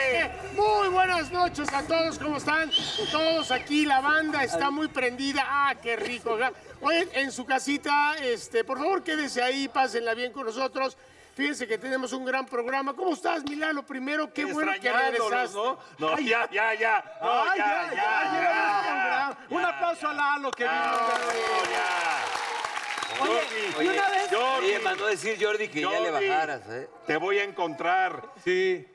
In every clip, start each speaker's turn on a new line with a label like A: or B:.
A: Eh, buenas noches a todos, ¿cómo están? Todos aquí, la banda está muy prendida. Ah, qué rico. ¿verdad? Oye, en su casita, este, por favor, quédese ahí, pásenla bien con nosotros. Fíjense que tenemos un gran programa. ¿Cómo estás, Milano? Primero, qué bueno que regresaste.
B: Extrañándolos, ¿no? No, ya, ya, ya. No,
C: Ay,
B: ya, ya, ya,
C: ya, Un aplauso a Lalo que vino.
B: Oye,
D: y una vez-
B: Jordi,
D: Oye, mandó a decir Jordi que ya le
B: Jordi.
D: bajaras, ¿eh?
B: te voy a encontrar.
C: Sí.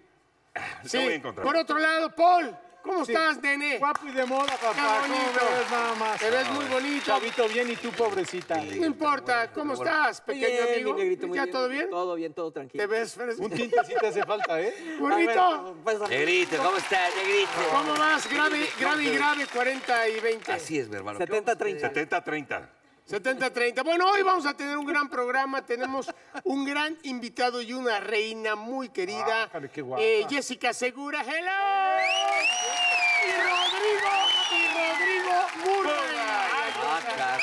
B: Te voy a encontrar.
A: Por otro lado, Paul, ¿cómo estás, nene?
C: Guapo y de moda, papá.
A: Qué
C: ¿Cómo
A: bonito.
C: me ves nada más?
A: Te ves muy bonito.
C: Chavito bien y tú, pobrecita.
A: No importa, ¿cómo estás, pequeño
E: Bien,
A: amigo?
E: mi negrito, muy
A: ¿Ya todo bien?
E: Todo bien, todo
A: ¿Te
E: tranquilo.
A: ves fresco?
C: Un tinte sí te hace falta, ¿eh?
A: Bonito.
E: Pásame.
D: Negrito, ¿cómo estás, negrito?
A: ¿Cómo vas? Grave, grave y grave, 40 y 20.
D: Así es, mi hermano.
E: 70-30.
B: 70-30.
A: 70-30. Bueno, hoy vamos a tener un gran programa. Tenemos un gran invitado y una reina muy querida.
C: Ájale, qué guapa.
A: Eh, Jessica Segura, hello. Y Rodrigo, y Rodrigo Murray.
D: Ah, caray.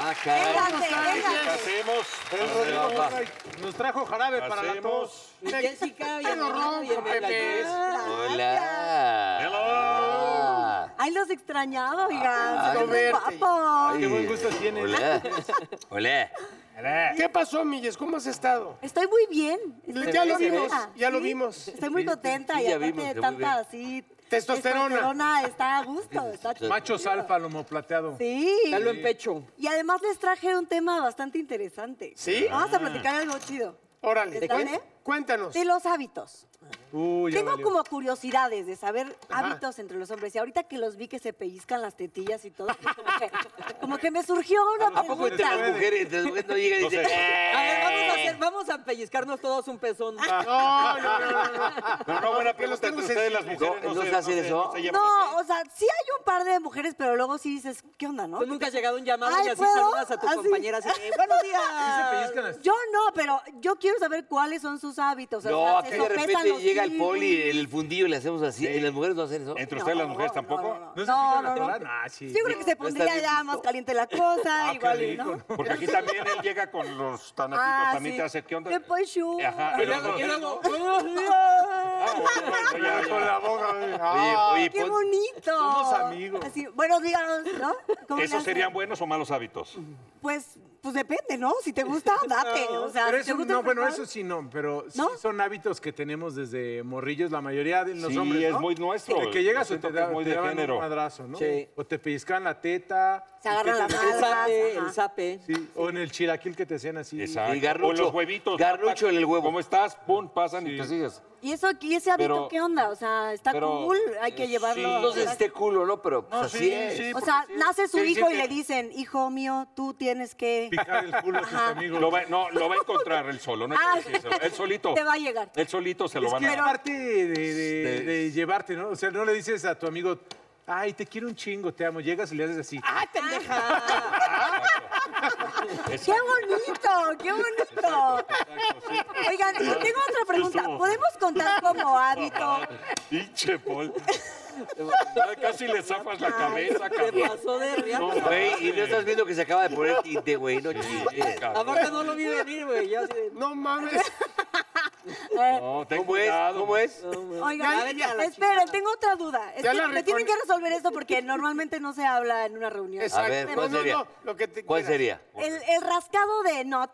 D: Ah, caray.
A: ¿Cómo estás,
B: ¿Qué
A: Jess?
B: hacemos?
C: El Rodrigo Murray nos trajo jarabe para la tos.
B: Hacemos.
E: Y Jessica,
A: Te lo
E: bienvenida,
A: rompo,
E: bienvenida,
A: Pepe.
E: Jess.
D: Hola.
B: Hello.
D: Ah,
F: Ay, los extrañaba, oigan.
D: Ay,
F: Son muy
A: verte.
F: guapos.
D: ay,
C: Qué buen gusto tienes.
D: Hola. Hola.
A: ¿Qué pasó, Milles? ¿Cómo has estado?
F: Estoy muy bien. Estoy
A: Ya
F: muy
A: lo vimos,
F: contenta.
A: ya lo
F: Sí,
A: vimos.
F: Estoy muy
D: Sí, sí,
F: contenta
D: sí,
F: y
D: ya
F: aparte
D: vimos,
F: de
D: te muy
F: tanta así.
A: Testosterona.
F: Testosterona está a gusto. Está chido.
C: Machos alfa, lomo plateado.
F: Sí.
E: Dalo en pecho.
F: Y además les traje un tema bastante interesante.
A: ¿Sí?
F: Vamos
D: Ah.
F: a platicar algo chido.
A: Órale,
F: ¿Está
A: cuen-
F: bien?
A: cuéntanos.
F: De los hábitos.
C: Uy, ya
F: Tengo
C: valió.
F: como curiosidades de saber
A: Ajá.
F: hábitos entre los hombres. Y ahorita que los vi que se pellizcan las tetillas y todo, como que, como que me surgió una
D: ¿A poco entre
F: pregunta.
D: las mujeres, entre las mujeres no llegan y dicen...
E: A ver, vamos a,
D: "Eh"?
E: hacer- vamos a pellizcarnos todos un pezón.
A: No, no, no, no, no.
B: No, no, buena
A: Porque
B: pregunta.
A: los tengo
B: Entre ustedes las
A: sensibles.
B: mujeres
D: No,
B: no,
D: ¿no
B: se,
D: se hacen
B: no se-
D: eso?
B: no se llevan
F: No,
B: así.
F: o sea, sí hay un par de mujeres, pero luego sí dices, ¿qué onda, no?
E: Tú nunca has llegado a un llamado
F: Ay,
E: y así
F: ¿puedo?
E: saludas a tu
F: Así.
E: compañera así de, buenos
C: ¿Sí se
E: días.
C: pellizcan las-
F: Yo no, pero yo quiero saber cuáles son sus hábitos. o
D: No,
F: sea,
D: aquí
F: se
D: de
F: sopesan
D: repente
F: los
D: llega el
F: kiwis.
D: poli, el fundillo y le hacemos así.
B: Sí.
D: ¿Y las mujeres no hacen eso?
B: ¿Entre ustedes las mujeres
F: No,
B: tampoco?
F: No,
C: ¿No
F: no,
C: se pica la
F: no. no, no.
C: cola? Ah, sí.
F: Yo creo que
D: No
F: se
D: está
F: pondría
D: bien
F: ya
D: visto.
F: más caliente la cosa,
C: Ah, qué
F: igual,
C: rico,
F: ¿no? Ah,
C: ¿no?
B: Porque aquí también él llega con los tanatitos, también te hace, ¿qué onda?
F: ¿Qué poishu?
B: Ajá.
E: Y luego, y luego, buenos días.
B: No, ya, ya.
C: Con la boca. güey.
D: Oye,
C: Ah,
D: oye,
F: ¡Qué
B: pues,
D: pon-
F: bonito!
C: Somos amigos.
F: Así, buenos días, ¿no? ¿Cómo le
B: ¿Esos
F: hacen?
B: serían buenos o malos hábitos?
F: Pues, pues depende, ¿no? Si te gusta, date. o sea,
C: Pero
F: si te
C: eso,
F: gusta
C: no, bueno,
F: disfrutar-
C: eso sí no, pero sí
F: ¿No?
C: son hábitos que tenemos desde morrillos, la mayoría de los
B: Sí,
C: hombres,
B: es
C: ¿no?
B: muy nuestro.
C: De que llegas o
B: Siento
C: te,
B: que
C: da-
B: es muy
C: te
B: de
C: daban
B: género.
C: un madrazo, ¿no?
E: Sí.
C: O te pellizcan la teta.
F: Se agarran la
E: El zape,
F: madre.
E: el zape.
C: Sí, o en el chiraquil que te hacían así.
D: Y
B: Exacto.
D: garrucho.
B: O los huevitos.
D: Garrucho en el huevo.
B: ¿Cómo estás? Pum, pasan y te sigues.
F: ¿Y eso, y ese hábito
B: Pero-
F: qué onda? O sea, ¿está
B: pero,
F: cool? Hay que llevarlo. a-
D: No sé
B: este
D: si esté culo, ¿no? Pero pues, así es.
F: o sea, nace su
C: Sí, sí,
F: hijo y
C: sí.
F: le dicen, hijo mío, tú tienes que...
C: Picar el culo a tus
F: Ajá.
C: amigos.
B: Lo va, no, lo va a encontrar él solo, no hay que decírselo. Él solito.
F: Te va a llegar.
B: Él solito se lo
C: Es
B: van
C: que
B: a
C: es
B: dar.
C: parte de, de- de llevarte, ¿no? O sea, no le dices a tu amigo, ay, te quiero un chingo, te amo. Llegas y le haces así.
E: ¡Ay, pendeja!
F: ¡Qué bonito! ¡Qué bonito! Oigan, y tengo otra pregunta.
B: estuvo.
F: ¿Podemos contar como hábito?
B: Pinche Paul. Ya Casi le zafas la cabeza,
E: Te
B: cabrón.
E: pasó de
B: No,
E: riata.
D: Güey, y no estás viendo que se acaba de poner tinte, güey. No chingues.
E: Aparte no lo vi venir, güey. ya así de,
A: No mames.
F: eh,
B: No, ten
D: ¿Cómo es?
B: cuidado.
D: ¿Cómo es?
E: no, güey. Ya, vete
F: Oigan,
E: a la chingada.
F: esperen, tengo otra duda. Es
A: Ya
F: que
A: la
F: me tienen
A: recone-
F: que resolver esto porque normalmente no se habla en una reunión.
A: Exacto.
D: A ver,
A: No,
D: ¿cuál
A: no,
D: sería?
A: no, lo que te
D: ¿Cuál
A: quieras.
D: sería?
F: El, el rascado de not.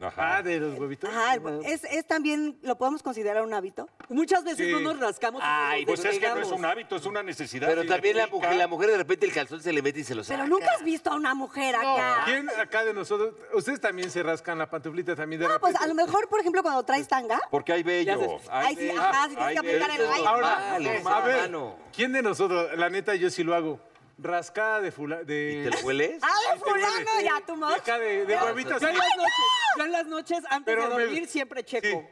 B: Ajá.
C: Ah, de los huevitos.
F: Ajá, es, es también, ¿lo podemos considerar un hábito?
E: Muchas veces
C: Sí.
E: no nos rascamos.
D: Ay,
B: Pues es que no es
E: una
B: un hábito, es una necesidad.
D: Pero
B: Si le
D: también la
B: pica-
D: mujer, la mujer de repente el calzón se le mete y se lo saca.
F: Pero nunca has visto a una mujer acá.
C: ¿Quién acá de nosotros? Ustedes también se rascan la pantuflita también de
F: No, pues a lo mejor, por ejemplo, cuando traes tanga.
D: Pues,
B: Porque hay
E: Ya
B: bello.
E: se-
B: hay
F: Ay, sí,
B: bello.
F: ajá, sí
B: Ay,
F: tienes que aplicar
B: bello.
F: el Ah, ay.
C: Ahora,
D: Normal, es
C: a ver,
D: humano.
C: ¿quién de nosotros? La neta, yo sí lo hago. Rascada de fula...
D: ¿Y
C: De...
D: te lo hueles?
F: ¡Ah, de
C: Sí, te huele.
F: fulano! Ya, tu
C: De acá de, de huevitos.
E: Yo en las noches, yo en las noches antes
C: Pero
E: de
C: me-
E: dormir siempre checo.
C: Sí.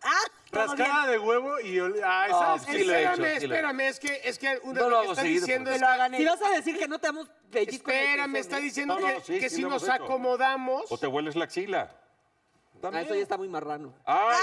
F: ¡Ah! todo bien.
C: Rascada de huevo y... ol- Ah, esa
D: Ah,
C: es-
D: sí lo he hecho,
A: espérame,
D: sí lo he
A: espérame, es que, es que
D: No
A: una
D: lo
A: lo que
D: hago
A: está
D: seguido,
A: diciendo
D: pero-
A: es que-
E: Si vas a decir que no te damos pellizco. en el
A: Espérame,
E: pezón,
A: está
E: ¿eh?
A: diciendo
B: No, no,
A: que,
B: sí,
A: que
B: sí
A: si
B: lo hemos
A: nos
B: hecho.
A: acomodamos.
B: O te hueles la axila.
E: Ah, eso ya está muy marrano.
B: Ay,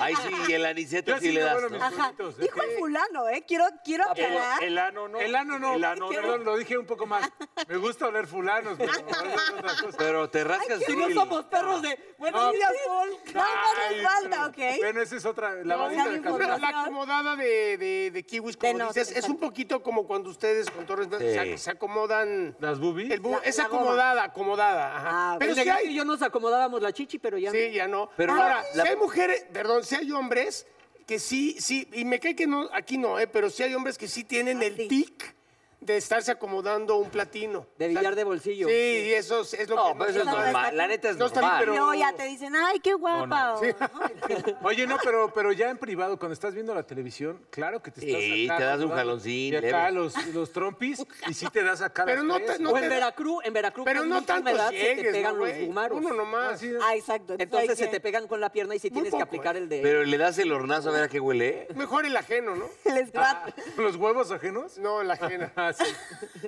D: Ahí sí, y el
C: Yo
D: aniceto
C: sí
D: sí le
C: le
D: das.
C: vuelo
D: ¿no?
C: mis-
F: Ajá.
C: bonitos, ¿eh?
F: Dijo el fulano, ¿eh? Quiero, quiero
B: el,
F: aclarar.
B: el ano no.
C: El ano no.
B: El ano no.
C: Perdón, lo dije un poco más. Me gusta oler fulanos, pero oler otras cosas.
D: Pero te rascas
E: Si no
D: el-
E: somos perros de. Buenos
A: Ah.
C: No,
E: días,
C: sí.
E: Paul.
F: Nalga de
C: Ay,
F: espalda,
C: pero-
F: ¿ok?
C: Bueno, esa es otra. La
F: No,
C: bandita
F: ya
C: de
F: me informé.
A: Pero
C: Casimiro.
A: la acomodada de, de- de kiwis, como
F: De no,
A: dices, es
F: exacto.
A: un poquito como cuando ustedes con Torres se,
D: Sí.
A: se acomodan.
C: Las boobies.
A: El bu-
F: La-
A: es
F: la goma.
A: acomodada, acomodada. ajá.
F: Ah,
A: pero
E: El
A: si
E: negrito Pues y
A: hay.
E: yo nos acomodábamos la chichi, pero ya.
A: Sí, ya no.
D: Pero la-
A: Ahora,
D: la-
A: si hay mujeres, perdón, si hay hombres que sí, sí, y me cae que no, aquí no, eh, pero si hay hombres que sí tienen el
F: sí.
A: tic de estarse acomodando un platino.
E: De billar de bolsillo.
A: Sí, y eso es, es lo
D: No,
A: que.
D: pero eso es
F: No, está-
D: normal. La neta es
A: no está bien,
D: normal.
A: pero-
F: No, ya te dicen, ay, qué guapa. o-
C: Oye, no, pero, pero ya en privado, cuando estás viendo la televisión, claro que te estás
D: Sí,
C: acá
D: te das un
C: acomodando.
D: jaloncín,
C: Y acá
D: leve.
C: los, los trompis, y sí te das acá
A: Pero
C: las
A: no te-
C: tres.
A: no
E: O
A: te-
E: en Veracruz, en Veracruz.
A: Pero
E: con
A: no
E: mucha
A: tanto
E: humedad se te
A: llegues,
E: pegan
A: ¿no,
E: los
A: güey?
E: gumaros.
A: Uno nomás.
C: Así,
F: Ah, exacto.
E: Entonces
F: hay
E: se
F: que-
E: te pegan con la pierna y si
A: Muy
E: tienes
A: poco,
E: que aplicar
A: ¿eh?
E: el de.
D: Pero le das el hornazo a ver a qué huele.
A: Mejor el ajeno, ¿no?
F: Les va-
G: Ah,
C: ¿Los huevos ajenos?
A: No, el ajeno.
C: Ah, sí.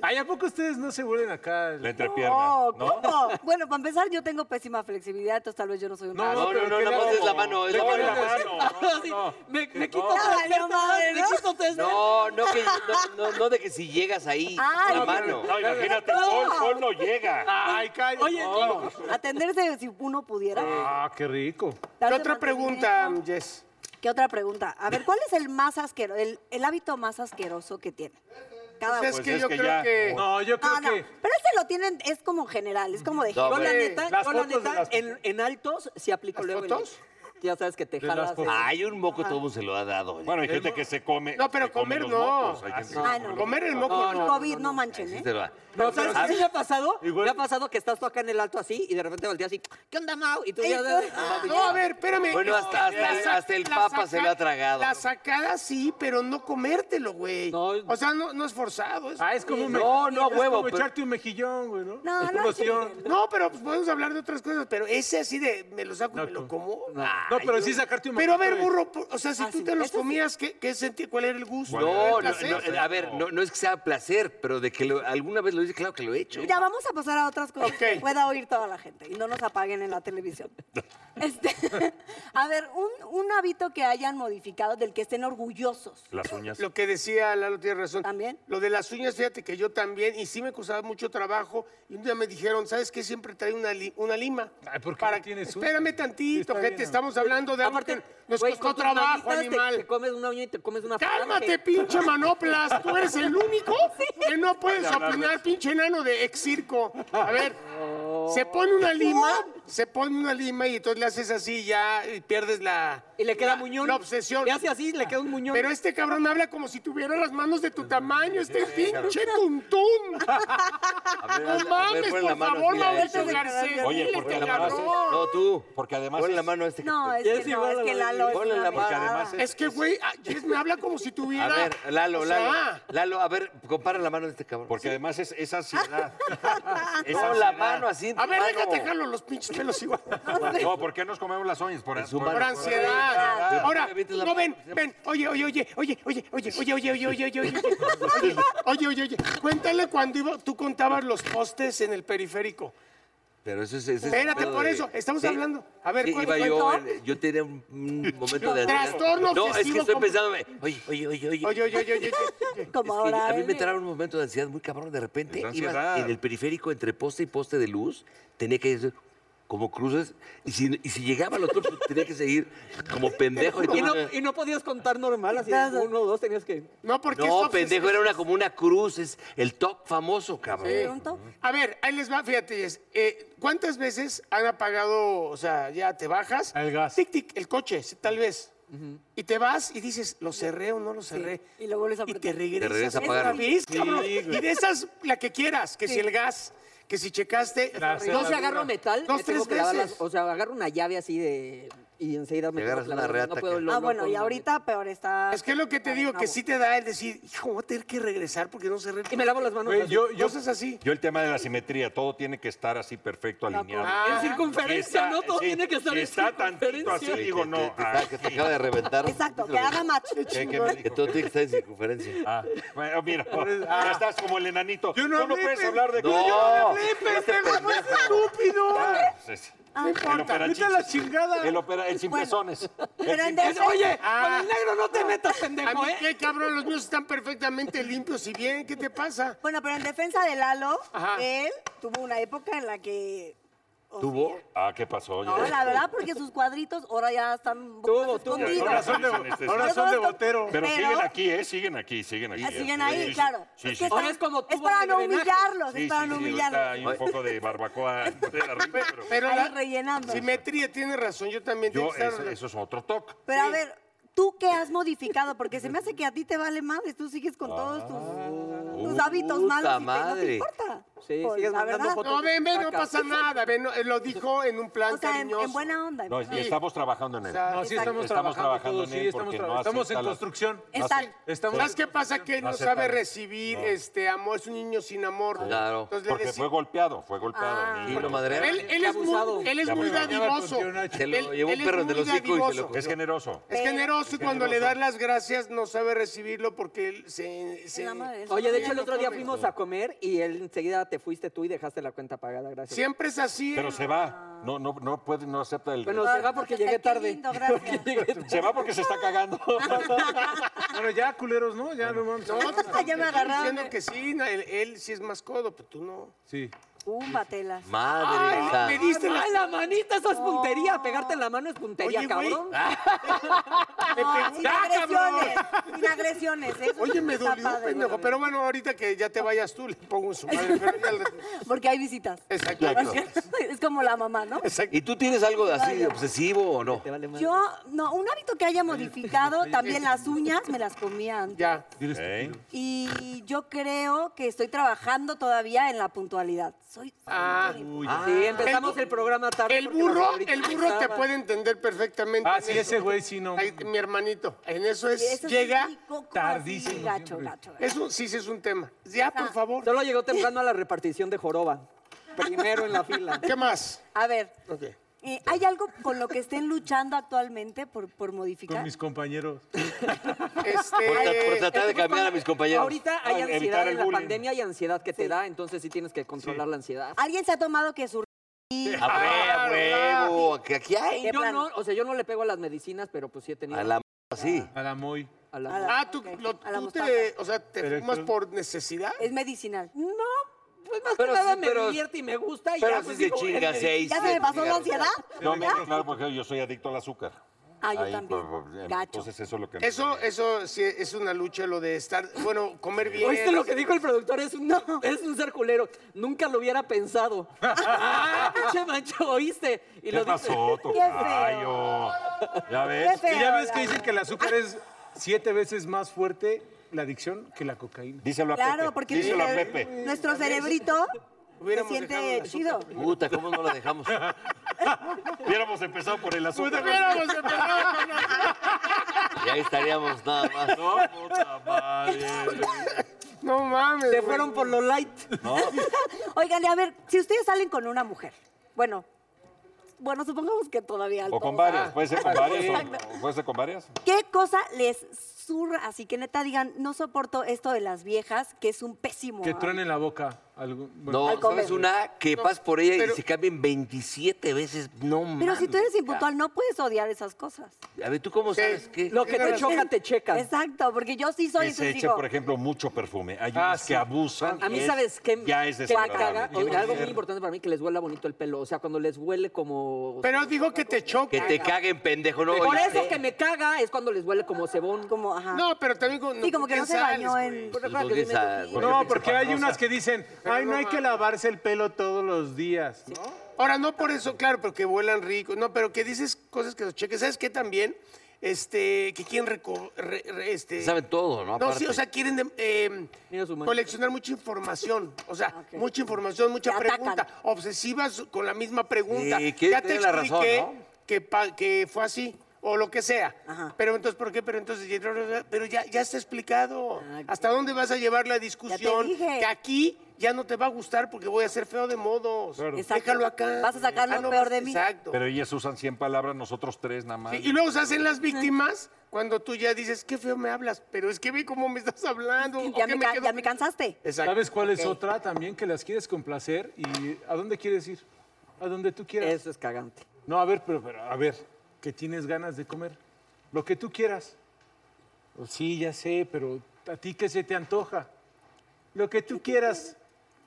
C: Ay, ¿a poco ustedes no se vuelven acá?
B: La
F: No,
B: entrepierna. ¿No?
F: ¿cómo? Bueno, para empezar, yo tengo pésima flexibilidad, entonces tal vez yo no soy un
C: No,
D: No,
C: pero
D: no, no,
C: ¿qué
D: nada
C: le
D: más es la
C: hago?
D: mano, es
C: Le
D: la
C: voy
D: mano.
C: a dar-
E: Así, me, me quito
F: Ya
E: tres
F: valió
E: dedos,
F: madre,
E: me
F: ¿no?
E: quito tres dedos.
D: No, no, que, no, no, no de que si llegas ahí,
F: Ay,
D: la
F: no,
D: mano.
B: No, imagínate, Paul, Paul no llega.
C: Ay, cállate.
E: Oye,
C: No.
F: Atenderse si uno pudiera.
C: Ah, qué rico.
A: ¿Qué
F: Darse
A: otra pregunta,
F: mantenimiento.
A: Jess?
F: ¿Qué otra pregunta? A ver, ¿cuál es el más asqueroso, el, el hábito más asqueroso que tiene? Cada
A: Pues
F: uno.
B: Pues
A: es que
B: es
A: yo
B: que
A: creo
B: ya-
A: que.
C: No, yo creo
F: Ah, no,
C: que...
F: pero ese lo tienen, es como general, es como de
D: No,
E: Yo la
A: Hombre,
E: neta,
C: las
E: yo la
C: fotos de
E: neta,
C: las-
E: en, en altos sí aplico
A: ¿Las
E: luego. el-
A: fotos?
E: Ya sabes que te
C: De las
E: jalas.
C: fotos.
E: el-
D: Ay, un moco todo se lo ha dado. oye.
B: Bueno, hay gente que se come.
A: No, pero
B: se come
A: comer
B: los
A: no.
B: mocos, hay gente que
F: Ah,
B: se
F: no.
B: come
A: Comer el moco
F: No,
A: no.
F: no, COVID, no, manchen,
D: Sí
F: ¿eh?
D: te lo da.
E: No, ¿sabes qué sí me ha pasado?
C: Igual-
E: Me ha pasado que estás tú acá en el alto así y de repente volteas así, ¿qué onda, Mau? Y tú
F: Ay,
E: ya...
F: tú-
E: Ah,
A: No, a ver, espérame.
D: Bueno, hasta- hasta
A: La
D: el-
A: sa-
D: hasta el
A: la
D: papa se lo ha tragado.
A: La sacada sí, pero no comértelo, güey.
E: No.
A: O sea, no, no es forzado. es-
C: Ah, es como un
D: No,
C: mejillón,
D: no,
C: es
D: huevo,
C: como
D: pero-
C: echarte un mejillón, güey, ¿no?
F: No,
C: Es
F: no,
C: como si yo-
A: No, pero pues, podemos hablar de otras cosas, pero ese así de me lo saco y me lo como. Ah,
C: No, pero sí sacarte un
A: Pero a ver,
C: moquito de-
A: burro, por- o sea, si
F: Ah,
A: tú
F: sí,
A: te los
F: eso sí.
A: comías, ¿qué, qué sentí? ¿Cuál era el gusto?
D: No, no,
A: ¿Era el placer?
D: no, a ver, no, no es que sea placer, pero de que lo- alguna vez lo hice, claro que lo he hecho.
F: Ya vamos a pasar a otras cosas que
A: Ok.
F: pueda oír toda la gente y no nos apaguen en la televisión. Este, a ver, un, un hábito que hayan modificado del que estén orgullosos.
B: Las uñas.
A: Lo que decía Lalo tiene razón.
F: ¿También?
A: Lo de las uñas, fíjate que yo también, y sí me costaba mucho trabajo. Y un día me dijeron, ¿sabes qué? Siempre trae una, li- una lima.
C: Ay, ¿por qué no tienes uñas?
A: Espérame
C: Está
A: tantito,
C: bien,
A: gente.
C: ¿no?
A: Estamos hablando Pues, de algo que nos
E: güey,
A: costó
E: con tus
A: trabajo,
E: manitas te- Te,
A: animal.
E: comes una uña y te comes una
A: Cálmate,
E: falange.
A: pinche manoplas. Tú eres el único que no puedes opinar, pinche enano de ex circo. A ver, se pone una lima, se pone una lima y entonces le haces así y ya y pierdes la.
E: Y le queda muñón.
A: La obsesión.
E: Le hace así, le queda un muñón.
A: Pero este cabrón habla como si tuviera las manos de tu tamaño, este pinche tuntún.
D: A ver, a- a
A: No
D: ver,
A: mames,
D: pon
A: por
D: la mano,
A: favor,
D: mira
A: Mauricio
D: eso,
A: Garcés.
B: Oye,
A: dile
B: porque
A: que
B: además es-
A: cabrón.
D: No, tú.
B: Porque además
D: Ponle
B: es-
D: la mano a este.
F: este No, es
E: Ya
F: que
E: es
F: no,
E: igual a
F: es
E: la
F: que
E: de-
F: Lalo es
D: Ponle
F: una
D: la mano.
F: mamada.
B: además
A: Es que, güey, ah, Jess me habla como si tuviera.
D: A ver, Lalo,
A: o
D: Lalo.
A: sea,
D: Lalo, a ver, compara la mano de este cabrón.
B: Porque además es, es ansiedad.
F: Ah,
B: Es
D: No, la
B: ansiedad.
D: mano así. en
A: A
D: tu
A: ver,
D: mano.
A: déjate jalo los pinches pelos igual.
B: No, ¿por qué nos comemos las uñas? Por,
D: Es un
B: por-
A: Por
D: mano.
A: ansiedad. Ahora,
D: Vete la-
A: no ven, ven. Oye, oye, oye, oye, oye, oye, oye, oye, oye, oye, oye, oye, oye, oye, oye. Cuéntale cuando iba, tú contabas los postes en el periférico.
D: Pero eso es. ese es un
A: Espérate,
D: pedo
A: por
D: de-
A: eso, estamos
D: Sí.
A: hablando. A ver,
D: Sí,
A: ¿cuál-
D: iba
A: cuál-
D: yo,
A: cuál-
D: en- yo tenía un un momento de ansiedad.
A: Trastorno
D: No, es que
A: obsesivo
D: estoy
A: con-
D: pensando, oye, oye, oye, oye.
A: Oye, oye, oye, oye, oye.
F: Como
D: Es que
F: ahora.
D: a mí me
F: ¿eh?
D: entraba un momento de ansiedad muy cabrón. De repente
B: Es
D: iba
B: ansiedad.
D: en el periférico entre poste y poste de luz. Tenía que ir como cruces. Y si, y si llegaba al otro, pues, tenía que seguir como pendejo. Y
E: Y no,
D: todo.
E: y no podías contar normal, así de uno o dos tenías que...
A: No, porque es
D: no,
A: obsesivo.
D: pendejo, era una, como una cruz. Es el top famoso, cabrón.
F: Pregunto.
A: A ver, ahí les va, fíjate, Jess. Eh, ¿Cuántas veces han apagado, o sea, ya te bajas?
C: El gas.
A: Tic, tic, el coche, sí, tal vez. Y te vas y dices, ¿lo cerré o no lo cerré?
F: Y lo vuelves a
A: Y
F: apretar.
A: te regresas.
D: Te regresas a
A: otra
D: apagar.
A: vez, cabrón.
C: Sí, güey.
A: y de esas, la que quieras, que si el gas, que si checaste.
C: La
A: o sea,
E: No, si
C: cerradura.
E: agarro metal,
A: Dos,
E: me tengo
A: tres
E: que lavar
A: veces.
E: las- O sea, agarro una llave así de... Y enseguida me
D: Te
E: tengo
D: agarras
E: que
D: una
E: lavar las manos,
D: reata,
E: No puedo
D: cara.
E: lo-
F: Ah,
E: no
F: bueno,
E: puedo-
F: y ahorita peor está.
A: Es que es lo que te digo, que sí te da el decir, hijo, voy a tener que regresar porque no cerré. el
E: Y me lavo las manos
C: Güey,
E: así.
C: yo, yo,
A: Cosas así.
B: Yo el tema de la simetría, todo tiene que estar así perfecto, alineado.
A: Ah,
E: en circunferencia,
B: Si
E: ¿no? Todo
B: sí,
E: tiene que estar
B: si
E: en
B: está tantito así,
E: circunferencia.
B: digo, no.
D: Que,
B: ah,
D: te- que te acaba de reventar.
F: Exacto, que haga match.
B: ¿Qué, qué me
D: Que
B: dijo?
D: todo tiene que estar en circunferencia.
B: Ah, bueno, mira, ya estás como el enanito.
C: Yo no
B: Tú no
C: hablé,
B: puedes
C: pe-
B: hablar de...
C: Este
D: No,
B: Yo no hablé.
A: ¡Ay, pendejo, no es estúpido!
B: Ah, sí, sí.
A: No importa.
B: opera-
C: ¡Vete a la chingada!
B: El, opera, el sin
F: Bueno,
B: pezones.
F: pero
B: El
F: en
B: sin-
F: defensa-
E: Oye,
A: Ah.
E: con el negro no te metas,
A: A
E: pendejo,
A: mí
E: ¿eh?
A: qué, cabrón, los míos están perfectamente limpios y bien. ¿Qué te pasa?
F: Bueno, pero en defensa de Lalo,
A: Ajá.
F: él tuvo una época en la que... o
D: ¿Tuvo?
B: Ah, ¿qué pasó?
F: sea, No, la verdad, porque sus cuadritos ahora ya están un poco
E: Tuvo,
F: más
E: tuvo.
C: Ahora
F: escondidos.
C: son de, ahora son de botero.
B: Pero,
F: Pero-
B: siguen aquí, ¿eh? Siguen aquí, siguen aquí.
F: Ah,
B: ¿eh?
F: siguen
B: Sí,
F: ahí,
B: sí,
F: claro.
B: Sí,
F: Es
B: sí.
F: que
E: Ahora
F: están-
E: es como
F: es
E: tubos
F: para
E: de
F: no
E: drenaje.
F: humillarlos,
B: Sí,
F: es para
B: sí,
F: no
B: sí, ahorita
F: humillarlos.
B: Hay un poco de barbacoa de la rica, pero
A: Pero
F: Ahí
A: la
F: rellenando.
A: simetría tiene razón. Yo también tengo
B: yo,
A: que estar-
B: eso, eso es otro toque.
F: Pero a ver, ¿tú qué has modificado? Porque se me hace que a ti te vale madre, tú sigues con todos tus, tus hábitos
D: puta
F: malos y te- no te
D: madre.
F: importa.
E: Sí,
F: Pues,
E: sigues
F: la
E: mandando
F: verdad.
E: fotos.
A: No, ven, ven, no
E: Saca.
A: pasa nada. Ven, no, eh, lo dijo en un plan
F: O sea, en,
A: cariñoso.
F: en buena onda. en
B: No,
F: buena
B: y estamos trabajando en
A: O
B: él.
A: sea,
C: No, sí estamos,
B: Estamos
C: trabajando
B: trabajando
C: todos,
B: en él
C: sí, estamos,
B: porque
C: tra-
B: no
C: estamos en
B: acepta la-
C: construcción.
F: onda. Están-
C: Estamos
A: ¿Sabes qué pasa? Que él no
B: Aceptable.
A: sabe recibir este amor, es un niño sin amor.
D: Claro.
A: Entonces, le
B: Porque
A: decí-
B: fue golpeado, fue golpeado.
F: Ah.
B: niño.
D: ¿Y lo madrearon?
A: él, él es
E: Abusado.
A: muy, él es
B: Ya
A: muy
B: me lo
A: dadivoso.
C: Se
D: lo
A: Él-
D: llevó un
A: él es
D: perro entre
A: muy
D: el hocico y se lo
A: dadivoso.
D: comió.
B: Es generoso.
A: Es generoso y cuando le das las gracias no sabe recibirlo porque él se... se-
F: En la madre.
E: Oye, de hecho, el otro día fuimos a comer y él enseguida te fuiste tú y dejaste la cuenta pagada, gracias.
A: Siempre es así.
B: Pero se va. No, no, no puede, no acepta el.
E: Bueno, se va porque
F: Ay,
E: llegué
F: qué
E: tarde.
F: lindo, gracias.
E: Porque llegué tarde.
B: se va porque se está cagando.
C: Bueno, ya, culeros, ¿no? Ya no vamos.
A: No, te estoy
F: Ah, Ya me agarraron.
A: diciendo que sí, na- él, él sí es más codo, pero tú no.
C: Sí.
F: Púmbatela.
D: Madre
A: Ay,
D: esa.
A: me diste la-
E: Ay, Ah, la manita, eso es puntería. Pegarte en la mano es puntería,
A: Oye, güey.
E: cabrón.
F: No, sin agresiones. Sin agresiones. ¿eh? Eso
A: Oye, me
F: está
A: dolió,
F: padre,
A: pendejo.
F: güey.
A: Pero bueno, ahorita que ya te vayas tú, le pongo en su madre. Pero ya le-
F: Porque hay visitas.
A: Exacto.
F: Es como la mamá, ¿no?
D: ¿Y tú tienes algo de así de obsesivo o no?
E: Te vale madre.
F: Yo, no, un hábito que haya modificado, también las uñas me las comía antes.
A: Ya.
B: Ok.
F: Y yo creo que estoy trabajando todavía en la puntualidad. Soy
A: Ah.
E: Sí, empezamos
A: El-
E: el, programa tarde.
A: El
E: porque nos
A: burro, el
E: ahorita
A: burro te
E: estaba.
A: puede entender perfectamente.
C: Ah,
A: en
C: sí,
A: eso.
C: ese güey sí no.
A: Ahí, mi hermanito, en eso es,
F: Eso sí,
A: llega,
F: sí, coco, así,
C: tardísimo
F: Gacho,
C: siempre.
F: gacho, gacho.
A: eso sí, sí es un tema. Ya, por favor.
E: Solo llegó temprano a la repartición de joroba. Primero en la fila.
A: ¿Qué más?
F: A ver,
A: Ok.
F: eh, ¿hay algo con lo que estén luchando actualmente por, por
C: Con
F: modificar?
C: mis compañeros.
D: Por, tra- por
A: Este,
D: tratar de cambiar a mis compañeros.
E: Ahorita hay
B: Ah, evitar
E: ansiedad
B: el
E: en la
B: bullying.
E: pandemia y ansiedad que te da, entonces sí Ah, tienes que controlar la ansiedad.
F: ¿Alguien se ha tomado que su...
D: A ver, a huevo, que aquí hay.
F: de
E: Yo
F: plano.
E: no, o sea, yo no le pego a las medicinas, pero pues sí he tenido
D: A la m- así.
G: pues,
C: A la Moy.
E: a la-
F: a la-
A: ah, tú,
F: ok,
A: lo-
F: a la
A: tú
F: mostaza.
A: te, o sea, te
C: Pero
A: fumas
C: tú-
A: por necesidad.
F: Es medicinal.
E: No, pues más
D: Pero
E: que nada
D: sí,
E: me
D: pero-
E: divierte y me gusta y
D: Pero
E: ya
D: si
E: pues
D: se
E: digo,
D: chinga
E: eh,
D: seis.
F: ¿Ya se me
D: siete
F: pasó la
D: cigarros.
F: ansiedad?
B: No, me,
F: ¿Ya?
B: claro, porque yo soy adicto al azúcar.
F: Ah, yo
B: Ahí,
F: también.
B: por- por-
F: Gacho.
B: Entonces eso es lo que... me-
A: Eso, eso sí es una lucha, lo de estar, bueno, comer bien.
E: ¿Oíste lo que dijo el productor? Es un, es un ser culero. Nunca lo hubiera pensado. ¡Ah, pinche mancho! ¿Oíste? Y
B: ¿Qué
E: lo
B: pasó, tocayo? ¿Ya
F: Qué
B: ves?
F: feo,
C: Y ya ves
F: la
C: que dicen que el azúcar es siete veces más fuerte la adicción que la cocaína.
B: Díselo a
F: Claro,
B: Pepe.
F: porque
B: Díselo a
F: nuestro-
B: Pepe.
F: nuestro cerebrito se
A: Hubiéramos dejado
F: siente
A: la
F: chido.
D: Puta, ¿cómo no la dejamos?
B: Hubiéramos empezado por el azúcar.
A: Hubiéramos empezado con la-
D: Y ahí estaríamos nada más.
B: No, puta madre.
A: No mames.
E: Se
A: güey.
E: fueron por lo light.
F: Oigan, y a ver, si ustedes salen con una mujer, bueno, bueno, supongamos que todavía...
B: O con pues.
F: todos-
B: varias, puede ser con varias. o- o Puede ser con varias.
F: ¿Qué cosa les surra? Así que neta digan, no soporto esto de las viejas, que es un pésimo.
C: Que
F: hábito"?
C: truenen la boca. algo- bueno,
D: No,
F: Al comer.
D: es una que pas por ella
A: pero-
D: y se cambien 27 veces. No
F: Pero si
D: mames.
F: tú eres impuntual, no puedes odiar esas cosas.
D: A ver, ¿tú cómo sabes
A: Sí.
D: qué?
E: Lo que te choca, te checa.
F: Exacto, porque yo sí soy
B: que se
F: entonces
B: eche,
F: digo,
B: por ejemplo, mucho perfume. Hay
C: Ah,
B: unos
C: sí.
B: que abusan.
E: A mí,
B: y es-
E: ¿sabes qué?
B: Ya es
E: que me caga.
B: desagradable.
E: O- algo muy importante para mí, que les huela bonito el pelo. O sea, cuando les huele como...
A: Pero dijo que te
D: Que
A: choca.
D: te caguen, pendejo. No,
E: Por
D: Oye,
E: eso
D: sí.
E: que me caga es cuando les huele como cebón.
F: como, ajá.
A: No, pero también con.
F: sí, como que no se
A: sales,
F: bañó
A: güey?
F: en...
E: Pero
D: Los
E: recuerda que
D: dos
E: sí me
D: días a-
E: metí.
B: Porque
C: No,
B: te
C: porque
B: sepan
C: hay unas
B: cosas.
C: que dicen, ay, no hay que lavarse el pelo todos los días. ¿no?
A: Ahora, no por eso, claro, porque vuelan rico. No, pero que dices cosas que los cheques. ¿Sabes qué también? Este, que quieren reco- re- re- este...
D: Saben todo, ¿no?
A: No,
D: Aparte.
A: sí, o sea, quieren de- eh,
E: Mira su mano.
A: coleccionar mucha información. O sea, mucha información, mucha
F: Te atacan.
A: pregunta. Obsesivas con la misma pregunta.
D: Sí, quieren
A: ya te
D: tener la razón,
A: expliqué
D: ¿no?
A: que, pa- que fue así. O lo que sea. Pero entonces, ¿por qué? Pero entonces, y- pero ya, ya está explicado.
F: Ah,
A: ¿Hasta dónde vas a llevar la discusión?
F: dije.
A: Que aquí ya no te va a gustar porque voy a ser feo de modos.
F: Exacto.
A: Déjalo acá. Ah,
F: Vas a sacar lo
A: no
F: peor
A: vas-
F: de mí.
A: Exacto.
B: Pero ellas usan 100 palabras, nosotros tres nada
F: Ah,
B: más.
A: Sí, y luego se hacen las víctimas cuando tú ya dices, qué feo me hablas, pero es que ve cómo me estás hablando. o
F: Ya
A: que
F: me, ca-
A: quedo-
F: ya me cansaste.
A: Exacto.
C: ¿Sabes cuál es otra también que las quieres complacer y a dónde quieres ir? A donde tú quieras.
E: Eso es cagante.
C: No, a ver, pero, pero, a ver, que tienes ganas de comer. Lo que tú quieras. Pues Sí, ya sé, pero ¿a ti qué se te antoja? Lo que tú quieras.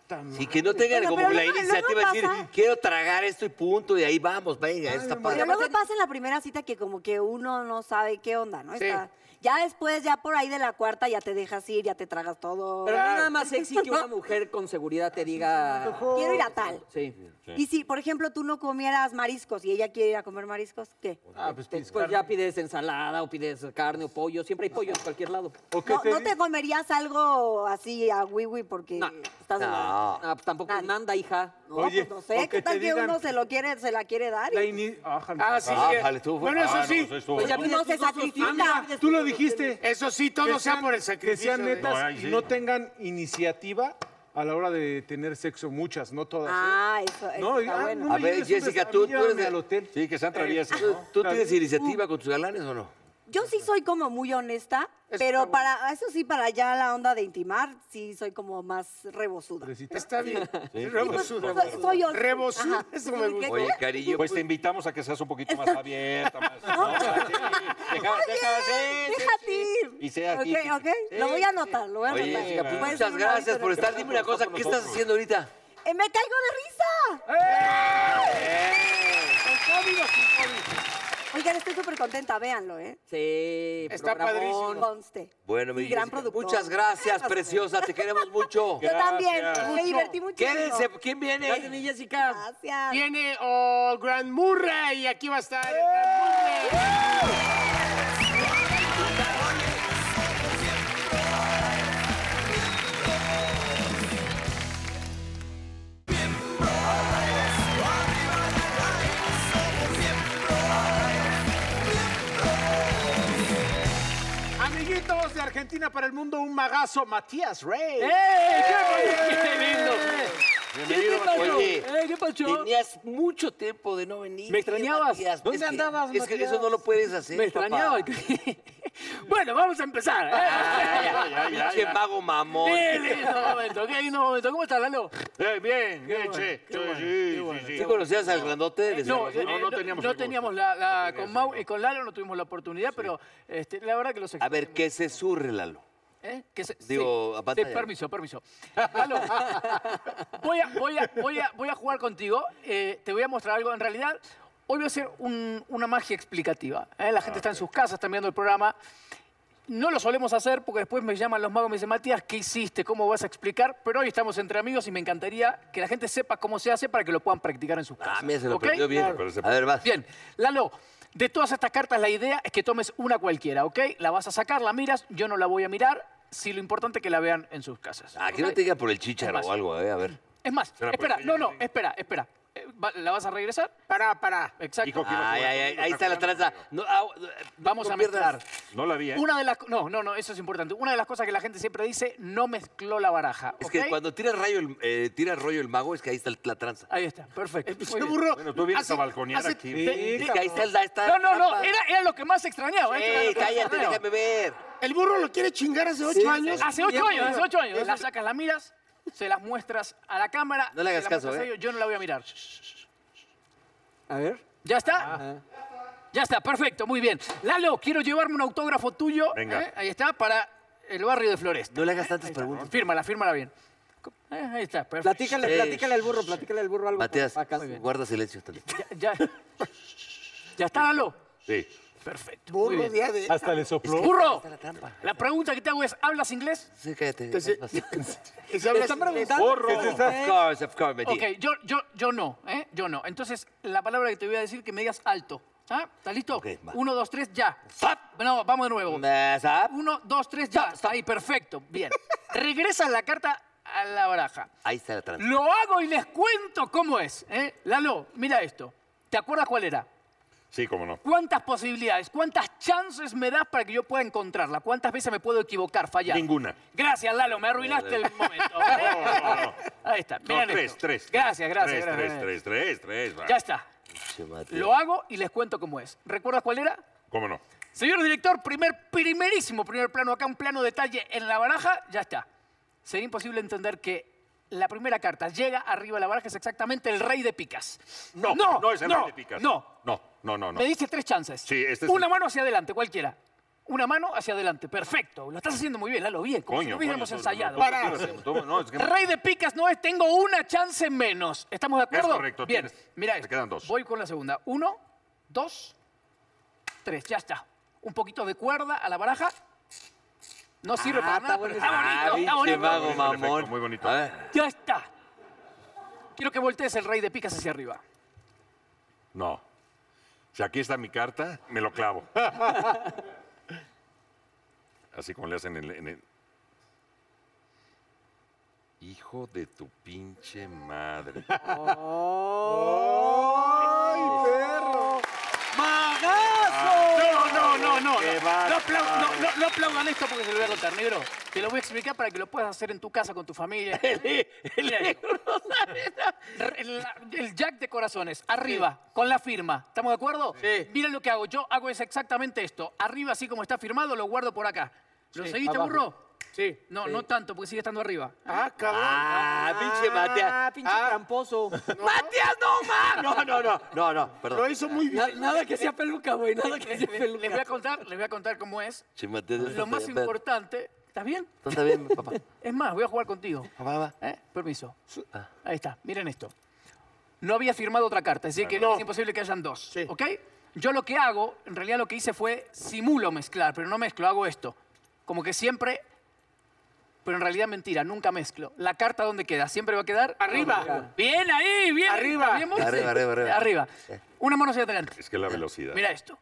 C: Tam-
D: Y que no tengan
F: Bueno,
D: como
F: pero
D: la
F: luego-
D: iniciativa de
F: luego
D: decir,
F: pasa.
D: quiero tragar esto y punto, y ahí vamos, venga, esta
F: Pero
D: parte.
F: luego pasa en la primera cita que como que uno no sabe qué onda, ¿no?
A: Sí.
F: Está- ya después, ya por ahí de la cuarta, ya te dejas ir, ya te tragas todo.
E: Pero no es nada más sexy que una mujer con seguridad te diga.
F: Quiero ir a tal.
E: Sí.
F: Y si, por ejemplo, tú no comieras mariscos y ella quiere ir a comer mariscos, ¿qué?
C: Ah, pues,
E: Te-
C: pides
E: pues
C: carne.
E: ya pides ensalada o pides carne o pollo. Siempre hay pollo en cualquier lado.
C: ¿O qué
F: No,
C: te
F: no
C: di-
F: te comerías algo así a wiwi porque
E: No.
F: estás...
D: No.
E: Ah, pues tampoco
F: Nadie.
E: manda, hija.
F: No,
C: Oye,
F: pues no
C: o
F: sé,
C: que
F: ¿qué tal
C: te
F: que
C: digan-
F: uno se lo quiere, se la quiere dar? y-
C: La ini- Ájale.
A: Ah, sí.
D: Ah,
A: sí.
D: jale, tú,
A: bueno, eso
B: Ah, no,
A: sí.
B: pues estuvo
E: Pues ya
B: bueno.
E: pides
F: Uno se
E: tus dos
F: sacrifica.
E: opciones.
F: Ah, mira,
C: Tú lo dijiste.
A: Eso sí, todo sea por el
C: que
A: sacrificio.
C: sean
A: de-
C: netas
B: No, ahí sí.
C: y no tengan iniciativa a la hora de tener sexo, muchas, no todas. ¿eh?
F: Ah, eso, eso
C: No, y-
F: está
C: ah,
F: bueno.
C: no
D: A
C: me
D: ver,
C: lleves, hombre,
D: Jessica,
C: a
D: tú,
C: mí
D: tú
C: llévame
D: eres de-
C: al hotel. Eh,
B: Sí, que sean traviesas,
D: ¿Tú,
B: ¿no?
D: tú
C: Tal
D: tienes
C: vez.
D: iniciativa con tus galanes o no?
F: Yo sí soy como muy honesta,
A: Eso está
F: pero
A: bueno.
F: para eso sí, para ya la onda de intimar, sí soy como más rebosuda.
C: Recita.
A: Está bien. Rebosuda.
F: Soy, soy old school.
A: Rebosuda,
F: Ajá.
A: eso me
F: ¿Qué-
A: gusta.
D: Oye, cariño,
B: Pues
D: pues,
B: te invitamos a que seas un poquito más abierta, más. ¿no? Sí, deja, deja, sí, sí,
F: Déjate
B: sí.
F: ir.
B: Y sea
F: ok,
B: aquí.
F: ok.
B: Sí,
F: lo voy a anotar, lo voy a
D: oye,
F: anotar.
D: Jessica, pues,
F: Puede ser
D: muchas
F: una
D: gracias
F: historia.
D: por estar. Dime una cosa, ¿qué estás haciendo ahorita?
F: Eh, me caigo de risa.
A: Con COVID o sin COVID.
F: Oigan, estoy súper contenta, véanlo, ¿eh?
E: Sí,
A: Está
E: programón.
A: padrísimo.
F: Conste.
D: Bueno, mi
F: mi gran
D: Jessica,
F: productor.
D: muchas gracias, preciosa, te queremos mucho.
F: Yo también, me
A: Mucho.
F: divertí mucho.
D: Quédense, ¿quién
E: Gracias,
D: viene?
E: mi Jessica.
F: Gracias.
A: Viene oh, Grand Murray y aquí va a estar el Grand Murray.
C: Amiguitos de Argentina para el mundo, un magazo, Matías Rey.
E: ¡Eh!
D: Bienvenido,
E: ¿Qué pasó?
D: pues, oye.
E: Eh, ¿Qué pasó?
D: Tenías mucho tiempo de no venir.
E: ¿Me extrañabas?
D: Matías.
E: ¿Dónde
D: Es que-
E: andabas,
D: Es que
E: Matías?
D: eso no lo puedes hacer.
E: Me
D: papá.
E: extrañaba. bueno, vamos a empezar.
D: Ay,
E: ¿eh?
D: ay, ay, ay, Pinche mago mamón.
E: Bien, lindo momento, ok, lindo momento. ¿Cómo estás, Lalo?
B: Eh, bien, bien, che. Sí, sí, sí,
D: ¿Sí
B: sí.
D: conocías al grandote? del
H: No,
B: No,
H: eh,
B: no teníamos
H: no
B: el gusto.
H: teníamos la, la- con Mau y con Lalo no tuvimos la oportunidad, pero este, la verdad que los
D: A ver,
H: extrañamos.
D: ¿qué se surre, Lalo?
H: ¿Eh? Que se-
D: Digo,
H: sí,
D: a pantalla.
H: sí, permiso, permiso. Lalo, voy, a, voy, a, voy, a, voy a jugar contigo. eh, te voy a mostrar algo. En realidad, hoy voy a hacer un- una magia explicativa. ¿eh?
D: Ah,
H: La gente está en sus casas, está viendo el programa. No lo solemos hacer porque después me llaman los magos y me dicen, Matías, ¿qué hiciste? ¿Cómo vas a explicar? Pero hoy estamos entre amigos y me encantaría que la gente sepa cómo se hace para que lo puedan practicar en sus casas.
D: Ah, mira, se lo
H: ¿ok?
D: perdió bien. A ver, vas.
H: Bien, Lalo, de todas estas cartas la idea es que tomes una cualquiera, ¿ok? La vas a sacar, la miras, yo no la voy a mirar, si lo importante es que la vean en sus casas.
D: Ah, que
H: ¿ok?
D: no te diga por el chícharo
H: Es más.
D: o algo, eh, a ver.
H: Es más,
B: Será
H: espera,
B: porque
H: no,
B: ya
H: no,
B: llegué.
H: espera, espera. Eh, va- ¿La vas a regresar?
A: Pará, pará.
H: Exacto.
B: Dijo que- Quiero
D: Ay,
B: jugar
D: ay, ay,
B: conmigo,
D: ahí está la
B: está
D: tranza. No, ah,
H: Vamos
D: no
H: a
D: pierdas.
H: mezclar.
B: No la vi, ¿eh?
H: Una de las... No, no, no, eso es importante. Una de las cosas que la gente siempre dice, no mezcló la baraja,
D: Es
H: ¿ok?
D: que cuando tiras rayo el, eh, tira rollo el mago, es que ahí está la tranza.
H: Ahí está, perfecto. muy
A: Qué
H: bien.
A: burro.
B: Bueno, tú vienes
A: Hace-
B: a balconear
A: hace-
B: aquí.
C: Sí,
D: Es que ahí está la está
H: No, no, no,
D: trampa.
H: era, era lo que más extrañaba. esto era lo
D: Ey,
H: que más
D: cállate,
H: extrañaba.
D: déjame ver.
A: El burro lo quiere chingar hace ocho años.
H: Hace ocho años, hace ocho años. Las sacas, las miras, se las muestras a la cámara.
D: No le
H: se
D: hagas
H: las
D: caso,
H: muestras a
D: ¿eh?
H: ellos, Yo no la voy a mirar.
E: A ver.
H: ¿Ya está? Ya está, perfecto, muy bien. Lalo, quiero llevarme un autógrafo tuyo.
B: Venga.
H: ¿eh? Ahí está, para el barrio de Floresta.
D: No le hagas tantas preguntas.
H: Fírmala, fírmala bien. Eh, Ahí está, perfecto.
E: Platícale,
D: Sí.
E: platícale al burro, platícale al burro algo.
D: Matías,
H: Ah,
E: para acá.
D: guarda silencio. tantito.
H: Ya, ya. ¿Ya está, Lalo?
B: Sí.
H: Perfecto. muy
A: Burro,
H: bien.
A: día de...
C: Hasta le sopló.
H: Burro,
D: Está la trampa.
H: la pregunta que te hago es, ¿hablas inglés?
D: Sí, cállate.
A: Que se-
D: vas, vas.
A: que se
E: Te
A: habla
E: están
A: así.
E: preguntando.
C: ¿Qué se está-
D: Of course, of course, my dear.
H: Ok, yo, yo, yo no, ¿eh? Yo no. Entonces, la palabra que te voy a decir que me digas alto. ¿Ah? ¿Está listo?
D: Ok, va.
H: Uno, dos, tres, ya. No, vamos de nuevo.
D: Mess up.
H: Uno, dos, tres, ya. Está ahí, perfecto. Bien. Regresa la carta a la baraja.
D: Ahí está la tranza.
H: Lo hago y les cuento cómo es. ¿eh? Lalo, mira esto. ¿Te acuerdas cuál era?
B: Sí, cómo no.
H: ¿Cuántas posibilidades, cuántas chances me das para que yo pueda encontrarla? ¿Cuántas veces me puedo equivocar, fallar?
B: Ninguna.
H: Gracias, Lalo, me arruinaste el momento.
B: No, no, no.
H: Ahí está,
B: No,
H: miren
B: tres,
H: esto.
B: tres.
H: Gracias, gracias.
B: Tres,
H: gracias.
B: tres, tres, tres, tres.
H: Ya está.
D: Che, Matías.
H: Lo hago y les cuento cómo es. ¿Recuerdas cuál era?
B: ¿Cómo no?
H: Señor director, primer, primerísimo primer plano acá, un plano detalle en la baraja, ya está. Sería imposible entender que la primera carta. Llega arriba de la baraja, es exactamente el rey de picas.
B: No, no, es el
H: no,
B: rey de picas.
H: No,
B: no, no, no. no.
H: me diste tres chances.
B: Sí, este es
H: Una
B: el-
H: mano hacia adelante, cualquiera. Una mano hacia adelante, perfecto. Lo estás haciendo muy bien, Lalo, bien. Como si
B: Coño,
H: lo hubiéramos
B: coño,
H: ensayado.
B: no, no, no, no, no, es que-
H: Rey de picas no es, tengo una chance menos. ¿Estamos de acuerdo?
B: Es correcto,
H: Bien,
B: tienes-
H: mira
B: te
H: esto.
B: quedan dos.
H: Voy con la segunda. Uno, dos, tres, ya está. Un poquito de cuerda a la baraja. No sirve
E: Ah,
H: para
E: está
H: nada, pero
E: bueno
H: está
E: ese-
H: bonito,
E: Ah,
H: está
E: biche
H: bonito.
E: vago.
B: Muy bonito el efecto, Muy bonito.
D: A ver.
H: Ya está. Quiero que voltees el rey de picas hacia arriba.
B: No. Si aquí está mi carta, me lo clavo. Así como le hacen en el, en el- Hijo de tu pinche madre.
H: No,
B: Ah,
H: no, no, no. No, no, aplau- no, no, no aplaudan esto porque se lo voy a contar, negro. Te lo voy a explicar para que lo puedas hacer en tu casa con tu familia. Mira esto. el, el jack de corazones, arriba, con la firma. ¿Estamos de acuerdo? Sí. Mira lo que hago. Yo hago es exactamente esto. Arriba, así como está firmado, lo guardo por acá. ¿Lo seguiste,
E: abajo.
H: burro? Sí. No, no tanto, porque sigue estando arriba.
A: Ah, cabrón.
E: Ah, pinche Matías. Ah, pinche tramposo.
H: ¡Matías, no más!
E: No, no, no.
D: No, no,
A: Lo
D: perdón.
A: hizo muy bien.
E: nada que sea peluca, güey. Nada que sea
H: Les voy
E: peluca.
H: a contar, les voy a contar cómo es.
D: Che, Mateo,
H: Lo más
D: espera.
H: importante. ¿Estás bien?
D: No, está bien, papá.
H: Es más, voy a jugar contigo.
D: Papá, va.
H: ¿Eh? Permiso. Ahí está, miren esto. No había firmado otra carta, así que es imposible que hayan dos.
A: Sí.
H: ¿Ok? Yo lo que hago, en realidad lo que hice fue simulo mezclar, pero no mezclo, hago esto. Como que siempre. Pero en realidad mentira, nunca mezclo. La carta dónde queda, siempre va a quedar
A: Arriba.
H: Bien ahí, bien. ahí,
A: Arriba.
H: ¿está bien, Monse?
D: Arriba, arriba, arriba.
H: Una mano hacia adelante.
B: Es que la velocidad.
H: Mira esto.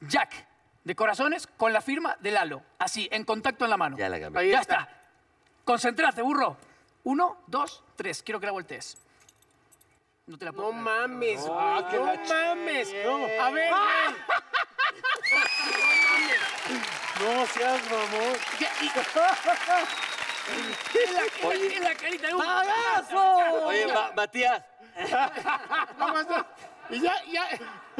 H: Jack, de corazones, con la firma de Lalo. Así, en contacto en la mano.
D: Ya la cambié.
A: Ahí
H: ya
A: está.
H: está. Concentrate, burro. Uno, dos, tres. Quiero que la voltees. No te la puedo
A: No
H: creer.
A: mames, güey.
C: Ah,
A: no mames. A ver, güey.
C: No ah, seas mamón.
H: ¿Qué? Y- ¿Qué es la, qué es la- qué es la carita de burro?
E: Oye, Ma- Matías.
A: No más, no. Y ya, ya.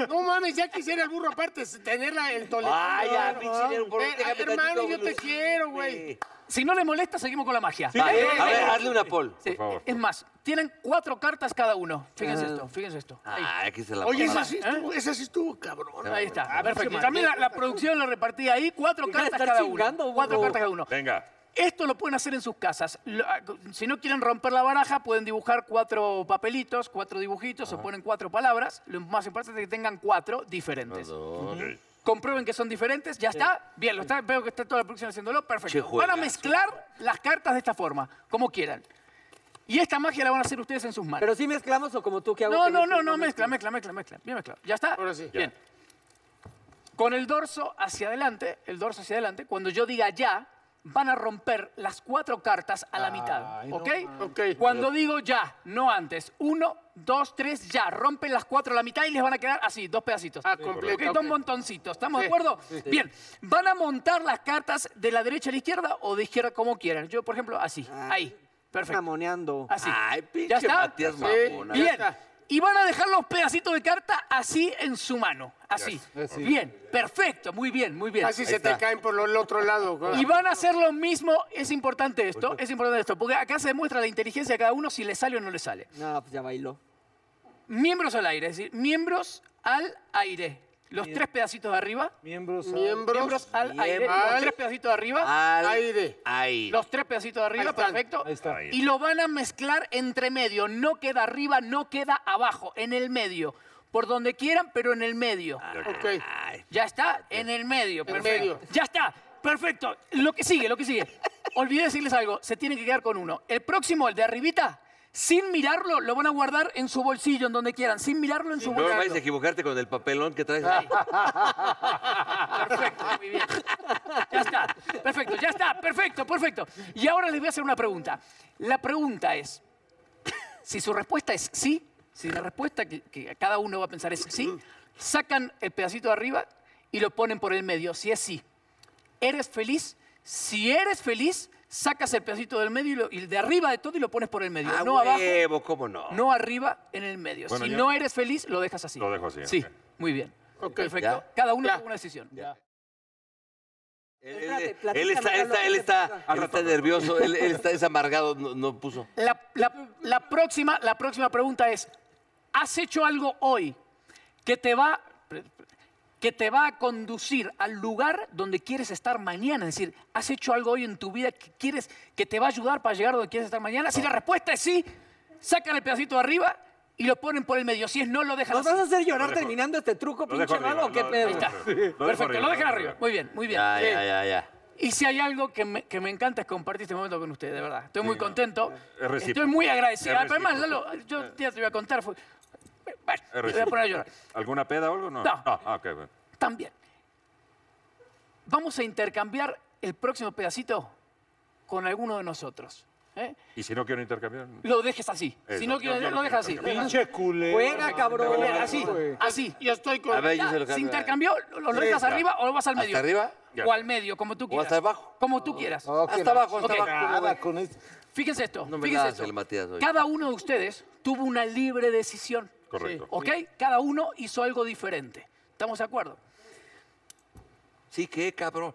A: No mames, ya quisiera el burro aparte tenerla el toleto.
E: Ay, ya, pinche negro, por-
A: Eh,
E: déjame
A: hermano,
E: tantito,
A: yo te
E: Bruce.
A: quiero, güey.
H: Si no le molesta, seguimos con la magia.
E: Va,
H: Eh,
E: a ver, hazle una pol.
H: sí,
B: favor.
H: Es más, tienen cuatro cartas cada uno. Fíjense esto, fíjense esto. Ahí.
D: Ah, aquí se la
A: Oye,
D: mamá.
A: esa sí estuvo, esa sí estuvo cabrón.
H: Ahí está, perfecto. También la, la producción lo repartía ahí, cuatro
E: Deja de
H: cartas
E: estar
H: cada uno.
E: chingando, burro.
H: Cuatro cartas cada uno.
B: Venga.
H: Esto lo pueden hacer en sus casas. Lo- ah, Si no quieren romper la baraja, pueden dibujar cuatro papelitos, cuatro dibujitos, o ponen cuatro palabras. Lo más importante es que tengan cuatro diferentes.
B: Ok.
H: Comprueben que son diferentes, ya está. Bien, lo está, veo que está toda la producción haciéndolo,
D: Che,
H: perfecto. Van
D: juegazo.
H: a mezclar las cartas de esta forma, como quieran. Y esta magia la van a hacer ustedes en sus manos.
E: Pero sí mezclamos o como tú que hago.
H: No,
E: que
H: no,
E: mezclo,
H: no, no, mezcla,
E: mezclo?
H: mezcla, mezcla, mezcla. Bien mezclado. ¿Ya está?
A: Ahora sí.
H: Bien. Con el dorso hacia adelante, el dorso hacia adelante, cuando yo diga ya, van a romper las cuatro cartas a la mitad. ¿Ok?
A: Ok.
H: Cuando digo ya, no antes. Uno, dos, tres, ya. Rompen las cuatro a la mitad y les van a quedar así, dos pedacitos.
A: Ah, completo,
H: Ok, Dos
A: ok.
H: montoncitos. ¿Estamos de acuerdo? Bien. Van a montar las cartas de la derecha a la izquierda o de izquierda como quieran. Yo, por ejemplo, así. Ahí. Perfecto.
E: Mamoneando.
H: Así.
A: Ah,
D: Ay,
H: ¿Ya
D: pinche
H: está?
D: Matías mamona.
A: Ya
H: Bien.
A: está.
H: Y van a dejar los pedacitos de carta así en su mano. Así.
C: Así.
H: Bien. Perfecto. Muy bien, muy bien.
A: Casi se te caen por lo- el otro lado. güey.
H: Y van a hacer lo mismo. Es importante esto. Es importante esto. Porque acá se demuestra la inteligencia de cada uno si le sale o no le sale.
E: No, pues ya bailó.
H: Miembros al aire. Es decir, miembros al aire. Los tres pedacitos de arriba.
C: Miembros. ah,
A: Miembros,
H: Miembros al aire. Los
A: Al-
H: tres pedacitos de arriba.
D: Al
A: aire.
D: aire.
H: Los tres pedacitos de
A: Ahí
H: arriba.
A: están.
H: Perfecto.
C: Ahí está.
H: Y lo van a mezclar entre medio. No queda arriba, no queda abajo. En el medio. Por donde quieran, pero en el medio.
A: Ok.
H: Ya está, en el medio, perfecto.
A: medio.
H: Ya está, perfecto. Lo que sigue, lo que sigue. Olvidé decirles algo, se tienen que quedar con uno. El próximo, el de arribita, sin mirarlo, lo van a guardar en su bolsillo, en donde quieran, sin mirarlo en su
D: No
H: bolsillo.
D: vayas a equivocarte con el papelón que traes.
H: Perfecto, muy bien. Ya está, perfecto, ya está, perfecto, perfecto. Y ahora les voy a hacer una pregunta. La pregunta es, si su respuesta es sí, si la respuesta que, que cada uno va a pensar es sí, sacan el pedacito de arriba y lo ponen por el medio, si es sí. ¿Eres feliz? Si eres feliz, sacas el pedacito del medio y, lo- y de arriba de todo y lo pones por el medio.
D: Ah,
H: no abajo,
D: huevo, ¿cómo no?
H: no arriba, en el medio.
B: Bueno,
H: si
B: yo-
H: no eres feliz, lo dejas así.
B: Lo dejo así,
H: Sí,
B: ok.
H: muy bien.
A: Ok.
H: Perfecto.
D: Ya.
H: Cada uno
A: Ya.
H: toma una decisión.
D: Él,
F: Espérate,
D: él- él
F: platícame,
D: está, él
F: Pablo,
D: está, él
F: ¿qué
D: está-
F: pasa?
D: él está nervioso, él, él está desamargado, no, no puso.
H: La, la- la próxima, la próxima pregunta es, ¿has hecho algo hoy que te, va, que te va a conducir al lugar donde quieres estar mañana? Es decir, ¿has hecho algo hoy en tu vida que, quieres, que te va a ayudar para llegar donde quieres estar mañana? Si la respuesta es sí, sacan el pedacito de arriba y lo ponen por el medio. Si es no, lo dejan
E: ¿Nos
H: así.
E: vas a hacer llorar terminando este truco,
B: Lo
E: pinche
B: dejo arriba,
E: malo? o ¿Qué
B: lo-
E: pedo?
H: Ahí está.
B: Lo dejo
H: Perfecto,
B: arriba,
H: lo dejan
B: lo dejo
H: arriba.
B: arriba.
H: Muy bien, muy bien. Eh,
D: Ya,
H: Bien.
D: ya, ya, ya.
H: Y si hay algo que me, que me encanta es compartir este momento con ustedes, de verdad. Estoy muy contento.
B: Es recíproco.
H: Estoy muy agradecido.
B: Es
H: Además,
B: recíproco.
H: Lalo, yo ya te voy a contar. fue- Bueno, te voy a
B: recíproco.
H: poner a llorar.
B: ¿Alguna peda o algo? No.
H: No.
B: Ah, ok, bueno.
H: También. Vamos a intercambiar el próximo pedacito con alguno de nosotros. ¿eh?
B: Y si no quiero intercambiar.
H: Lo dejes así.
B: Eso,
H: Si no
B: yo-
H: quieres,
B: yo no
H: lo dejas así.
B: quiero
H: Lo dejas
C: Pinche culero.
E: Juega, cabrón.
H: Así, así.
A: Yo estoy con.
D: A ver, yo
H: Ya,
D: se lo
H: ¿Se
D: cambio.
H: intercambió? ¿Lo, lo dejas arriba o lo vas al
D: ¿Hasta
H: medio?
D: arriba?
B: Ya.
H: O al medio, como tú quieras.
D: hasta abajo?
H: Como tú quieras.
D: Hasta abajo, hasta
H: Ok.
D: abajo. ¿cómo ven?
C: con esto.
H: Fíjense esto.
D: No me
H: fíjense
D: das
H: esto.
D: el Matías hoy.
H: Cada uno de ustedes tuvo una libre decisión.
B: Correcto.
H: ¿Ok? Cada uno hizo algo diferente. ¿Estamos de acuerdo?
D: Sí, ¿qué, cabrón?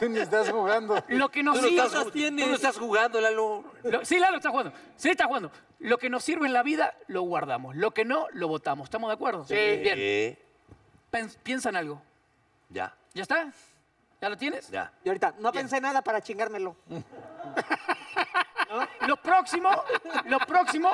C: Tú ni estás jugando.
H: Lo que
D: Tú
H: nos
D: no,
H: sirve.
D: estás, ju- tú no estás jugando, Lalo.
H: lo- sí, Lalo está jugando. Sí, está jugando. Lo que nos sirve en la vida, lo guardamos. Lo que no, lo votamos. ¿Estamos de acuerdo? Sí. Bien.
D: Eh,
H: Pen- piensa en algo.
D: ya,
H: ¿Ya está? ¿Ya lo tienes?
D: ya.
E: Y ahorita, no
H: Bien.
E: pensé nada para chingármelo.
H: Lo próximo, lo próximo,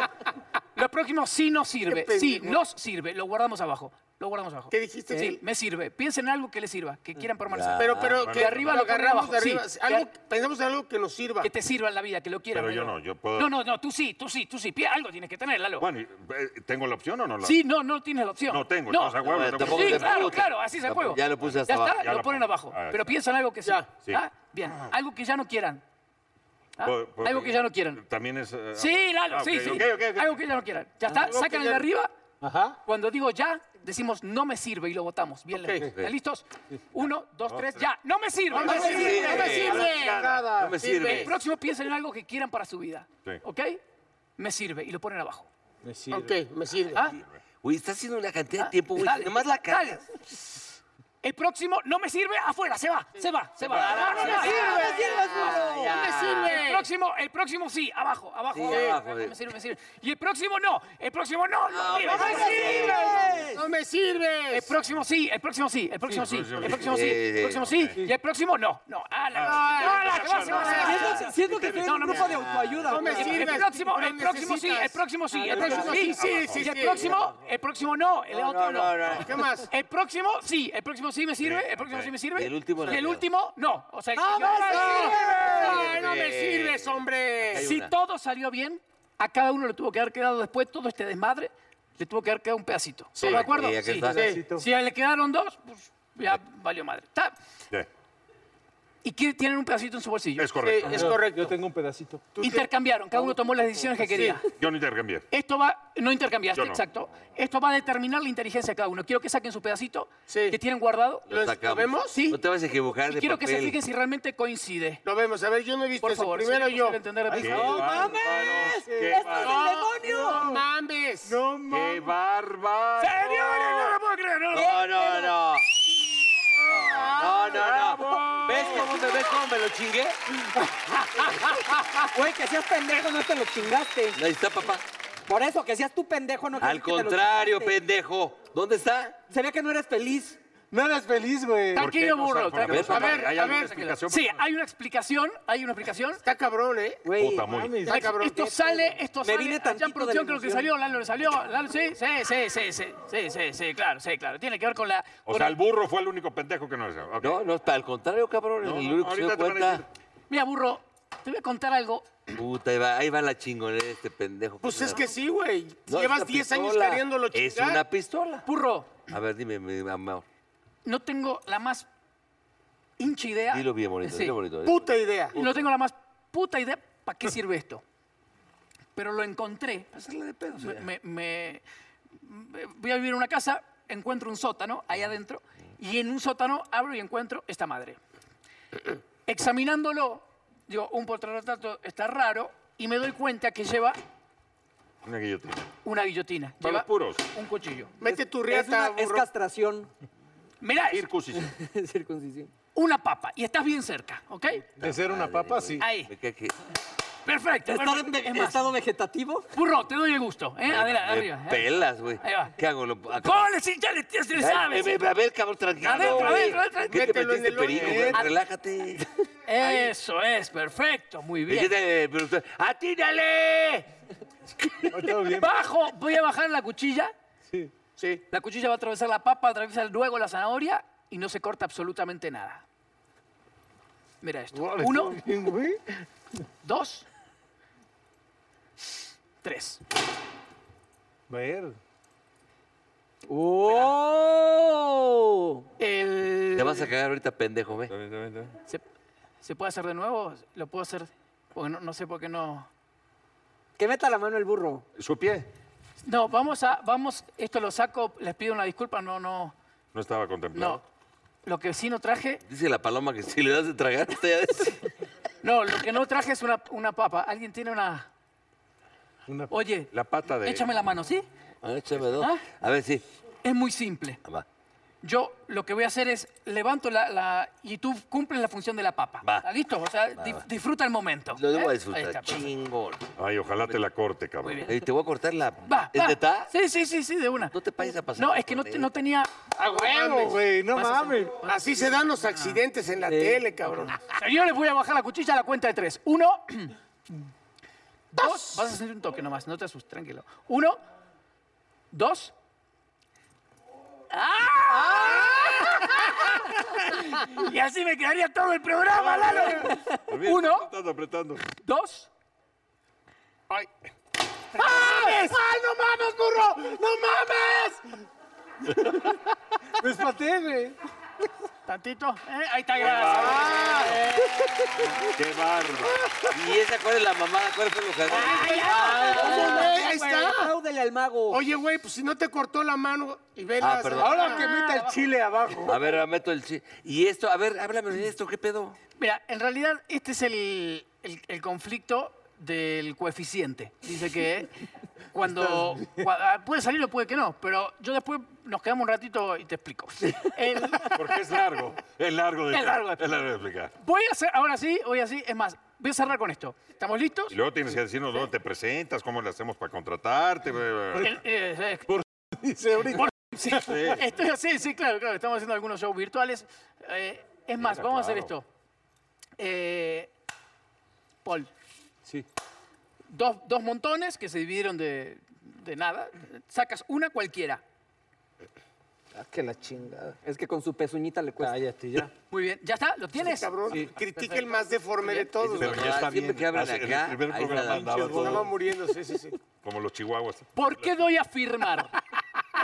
H: lo próximo sí nos sirve.
A: Qué
H: Sí,
A: pendejo.
H: nos sirve. Lo guardamos abajo. Lo guardamos abajo.
A: ¿Qué dijiste?
H: Sí, me sirve. Piensen en algo que les sirva, que quieran permanecer.
A: Pero,
C: Ah,
A: pero
B: bueno.
A: que
B: De
H: arriba lo ponen
A: agarramos
H: abajo,
A: de arriba.
H: sí.
A: Algo,
H: Ya.
A: pensamos en algo que nos sirva.
H: que te sirva en la vida, que lo quieras.
B: Pero yo no, yo puedo-
H: No, no, no, tú sí, tú sí, tú sí. Pie- Algo tienes que tener, Lalo.
B: Bueno, y, eh, ¿tengo la opción o no la
H: sí, no, no tienes la opción.
B: No tengo,
H: no.
B: entonces, a huevo,
D: Bueno,
B: tengo
D: tampoco
B: que-
H: Sí,
D: te
H: claro,
D: pregunto.
H: claro, así es el
D: Tampoco-
H: juego.
D: ya lo puse hasta
H: Ya
D: abajo.
H: está,
B: Ya
H: lo
B: lo
H: ponen
B: pongo.
H: abajo.
B: Ah,
H: Pero
B: sí.
H: piensa en algo que sí.
A: Ya.
B: Sí.
H: Ah, Bien, algo que ya no quieran. Ah,
B: Puedo- puedo-
H: Algo que ya no quieran.
B: También es. eh,
H: Sí, Lalo,
B: ah,
H: sí,
B: ok,
H: sí.
B: ok, ok, Ah, ok.
H: Algo que ya no quieran. Ya está,
A: Algo que
H: sacan el de
A: ya-
H: arriba.
C: Ajá.
H: Cuando digo ya, decimos no me sirve y lo votamos. Bien, Lalo. ¿Están listos? Uno, dos, tres, ya. ¡No me sirve!
A: ¡No me sirve! ¡No me sirve!
D: No me
H: El
D: sirve.
H: próximo piensen en algo que quieran para su vida.
B: Sí.
H: ¿Ok? Me sirve y lo ponen abajo.
C: Me sirve.
A: Ok, me sirve.
H: ¿Ah?
D: Güey, está haciendo una cantidad de tiempo, güey.
H: Dale,
D: Nomás la
H: dale.
D: cara.
H: El próximo no me sirve, afuera, se va, se va, se va. No, no me sirve. El próximo, el próximo sí, abajo, abajo,
D: Sí,
H: abajo,
D: abajo,
H: abajo,
D: sí.
H: me sirve, me sirve. Y el próximo no, el próximo no, no, mira,
D: me
H: no me sirve.
A: ¡No me
H: El
A: sirve!
H: próximo sí, el próximo sí, el próximo sí, el próximo sí,
D: Sí,
H: el
D: sí,
H: próximo
D: sí.
H: sí, y el próximo no, no, ah, la, no, la, que va, se va, se va, se va.
E: Siento, siento que estoy en
H: No,
E: un
H: no me
E: grupo de
H: sirve.
E: autoayuda.
A: No me
E: güey.
A: sirve.
H: El próximo,
A: pero
H: el próximo sí, el
A: necesitas.
H: próximo sí, el próximo sí,
A: Sí, sí, sí,
H: y el
A: sí.
H: próximo, el próximo no, el otro
D: no, no.
A: ¿Qué más?
H: El próximo sí, el próximo sí me sirve, el próximo sí me sirve.
D: Y el último no.
H: y el último no. O sea, yo-
A: ¡Ay, no me sirves, hombre!
H: si
D: una.
H: todo salió bien, a cada uno le tuvo que haber quedado después todo este desmadre, le tuvo que haber quedado un pedacito. ¿Estás de acuerdo?
D: Sí, aquí
H: Sí.
D: está.
A: Sí.
H: Si le quedaron dos, pues
D: Eh.
H: ya valió madre. Está.
B: Sí,
H: Y que- tienen un pedacito en su bolsillo.
B: Es correcto.
A: Sí, Eh, es
C: Yo-
A: correcto.
C: Yo tengo un pedacito.
H: Intercambiaron, cada uno tomó las decisiones que quería.
B: Yo no intercambié.
H: Esto va, no intercambiaste,
B: Yo no.
H: exacto. Esto va a determinar la inteligencia de cada uno. Quiero que saquen su pedacito
A: Sí.
H: que tienen guardado.
D: Lo sacamos.
A: vemos?
H: Sí.
D: No te vas a equivocar
H: Y
D: de
H: quiero que se
D: papel.
H: fijen si realmente coincide.
A: Lo vemos. A ver, yo no he visto
H: Por
A: eso.
H: favor,
A: Primero
H: sería
A: yo.
H: posible entender el mensaje.
B: ¡No mames! ¡Qué, bárbaro!
A: ¡No mames!
C: No
B: ¡Qué bárbaro!
H: ¡Señores, no lo puedo creer! no lo-
D: No, no, no. No, no, no. ¿Ves cómo, me, ¿Ves cómo me lo chingué?
E: Güey, que seas pendejo no te lo chingaste.
D: Ahí está, papá.
E: Por eso, que seas tú pendejo no
D: Al
E: que te lo
D: contrario,
E: chingaste.
D: pendejo. ¿Dónde está?
E: Se ve que no eres feliz.
C: No eres feliz, güey.
B: ¿Por qué
H: Tranquilo,
B: no
H: burro.
B: sal- por qué
H: tranquilo.
B: no
H: A
B: sal-
H: ver,
B: ¿Hay
H: a
B: alguna
H: ver.
B: explicación?
H: Sí, hay una explicación, hay una explicación.
A: Está cabrón, ¿eh?
E: Güey,
B: Puta, muy.
C: Mames.
H: Ay,
E: cabrón,
H: esto
E: qué
H: sale,
E: pedo.
H: esto
E: Me
H: sale.
E: vine
H: allá
E: tantito
H: en
E: de
H: producción
E: la
H: creo que
E: emoción.
H: salió, Lalo le salió. Lalo, sí, sí, sí, sí, sí, sí, sí, sí, claro, sí, claro. Tiene que ver con la.
B: O
H: con
B: sea,
H: la-
B: el burro fue el único pendejo que no es. ok.
D: No, no, al contrario, cabrón.
B: No,
D: el
B: no,
D: único que se dio
B: ahorita te van a
D: cuenta.
H: Mira, burro, te voy a contar algo.
D: Puta, ahí va, ahí va la chingonera de este pendejo.
A: Pues es
D: No,
A: que sí, güey.
D: es
A: Llevas
D: una
A: 10 años
D: pistola.
A: queriéndolo
D: Es
A: chingar.
D: una pistola.
H: Burro,
D: A ver, dime, mi amor.
H: no tengo la más hincha idea.
D: Dilo bien bonito,
H: Sí.
D: dilo bonito.
A: puta idea.
H: No tengo la más puta idea para qué sirve esto. Pero lo encontré.
D: Hacerle de pedo.
H: Me,
D: señora.
H: me- me- me- voy a vivir en una casa, encuentro un sótano ahí adentro, y en un sótano abro y encuentro esta madre. Examinándolo, digo, un portarretrato está raro, y me doy cuenta que lleva
B: Una guillotina.
H: una guillotina.
B: Para
H: lleva
B: los puros.
H: un cuchillo.
A: Mete tu
E: Es,
A: riata,
E: una- es
A: burro.
E: castración.
H: Mirá, es-
B: Circuncisión.
E: Circuncisión.
H: una papa y estás bien cerca, ¿ok?
C: De ser una papa, sí.
H: Ahí.
D: Me cae que-
H: Perfecto.
E: ¿Estar en
H: perfecto.
E: ve-
H: Es más,
E: estado vegetativo?
H: burro, te doy el gusto. ¿eh? Adela-
D: me
H: arriba. ¿eh?
D: Pelas, güey.
H: Ahí va.
D: ¿Qué hago? Lo- a-
H: ¡Cole, sí, ya le, ya se le
D: Ay,
H: sabes!
D: ve- ve- A ver, cabrón, trancado.
H: Adentro,
D: güey.
H: adentro, adentro,
D: ¿Qué te
A: mételo en
D: metiste,
A: el hoyo.
D: perico? güey? Relájate.
H: Eso es, perfecto, muy
D: ¿Qué
H: bien.
D: te preguntó? ¡Atínale!
C: Todo bien.
H: Bajo, voy a bajar la cuchilla.
A: Sí.
H: La cuchilla va a atravesar la papa, atraviesa luego la zanahoria y no se corta absolutamente nada. Mira esto. Uno, dos, tres.
C: Ver.
E: ¡Oh!
H: El-
D: Te vas a cagar ahorita, pendejo, ve.
H: ¿Se, se puede hacer de nuevo? ¿Lo puedo hacer? Porque no, no sé por qué no.
E: Que meta la mano el burro.
B: Su pie
H: No, vamos a. Vamos, esto lo saco, les pido una disculpa, no, no.
B: no estaba
H: No.
B: contemplado.
H: Lo que sí no traje.
D: Dice la paloma que si le das de tragar, está ya de-
H: No, lo que no traje es una, una papa. ¿Alguien tiene una.
C: Una-
H: Oye,
B: La pata de...
H: échame la mano, ¿sí?
D: Ah, échame dos.
H: ¿Ah?
D: A ver, sí. Ah,
H: Es muy simple.
D: Va.
H: Yo lo que voy a hacer es levanto la, la- y tú cumples la función de la papa.
D: Va.
H: ¿Está listo? O sea,
D: Va,
H: dif-
D: va.
H: disfruta el momento.
D: Lo debo
H: ¿eh? Ahí
D: disfrutar.
H: está,
D: Chingón.
B: Ay, ojalá te la corte, cabrón.
H: Muy bien.
D: Ey, te voy a cortar la...
H: Va,
D: ¿Es
H: va.
D: de ta?
H: Sí, sí, sí, sí, de una.
D: No te pases a pasar.
H: No, es que no, te- no tenía.
A: ¡A
C: No,
A: huevo,
C: güey, no mames.
A: Así se dan los accidentes en la tele, cabrón.
H: Señores, voy a bajar la cuchilla a la cuenta de tres. Uno. dos. Vas a sentir un toque nomás, no te asustes, tranquilo. Uno. Dos.
D: ¡Ah!
H: ¡Ah! Y así me quedaría todo el programa, Lalo.
B: Mira,
H: Uno.
B: Apretando, apretando.
H: Dos.
A: Ay. ¡Mames! ¡Ay, no mames, burro! ¡No mames!
C: Me espaté, güey.
H: Tantito. Eh, Ahí está, gracias.
B: ¡Qué bárbaro!
D: ¿Y esa cuál es la mamada? ¿Cuál fue lo que
A: Oye, güey, ahí
E: Güey,
A: está.
E: apláudele al mago.
A: Oye, güey, pues si no te cortó la mano y velas.
D: Ah, perdón.
C: Ahora que meta el chile abajo.
D: A ver, ahora meto el chi. Y esto, a ver, háblame de esto, ¿qué pedo?
H: Mira, en realidad este es el, el- el conflicto del coeficiente. Dice que cuando, cua- ah, puede salir o puede que no, pero yo después nos quedamos un ratito y te explico. El-
B: Porque es largo. Es largo de
H: Es largo de-
B: Es largo de explicar.
H: voy a hacer, ahora sí, voy así, es más, voy a cerrar con esto. ¿Estamos listos?
B: Y luego tienes que decirnos dónde te presentas, cómo le hacemos para contratarte. bla, bla, bla.
H: El- eh, eh,
C: Dice ahorita.
H: Sí, estoy así, sí, claro, claro. Estamos haciendo algunos shows virtuales. Eh, es más,
B: Mira,
H: vamos a hacer
B: claro.
H: esto. Eh, Paul,
C: Sí.
H: dos, dos montones que se dividieron de, de nada. Sacas una cualquiera.
C: Ah, que la chingada.
E: Es que con su pezuñita le cuesta.
C: Cállate ya.
H: Muy bien, ¿ya está? ¿Lo tienes?
A: Cabrón, critica el más deforme de todos.
B: Pero
A: güey.
B: ya está
D: Siempre
B: bien.
D: que hablan
B: Hace- en
D: acá,
B: el primer
D: ahí
B: programa
D: está.
B: andaba
A: Estaba
B: todo
A: muriendo, sí, sí, sí.
B: como los chihuahuas.
H: ¿Por qué doy a firmar?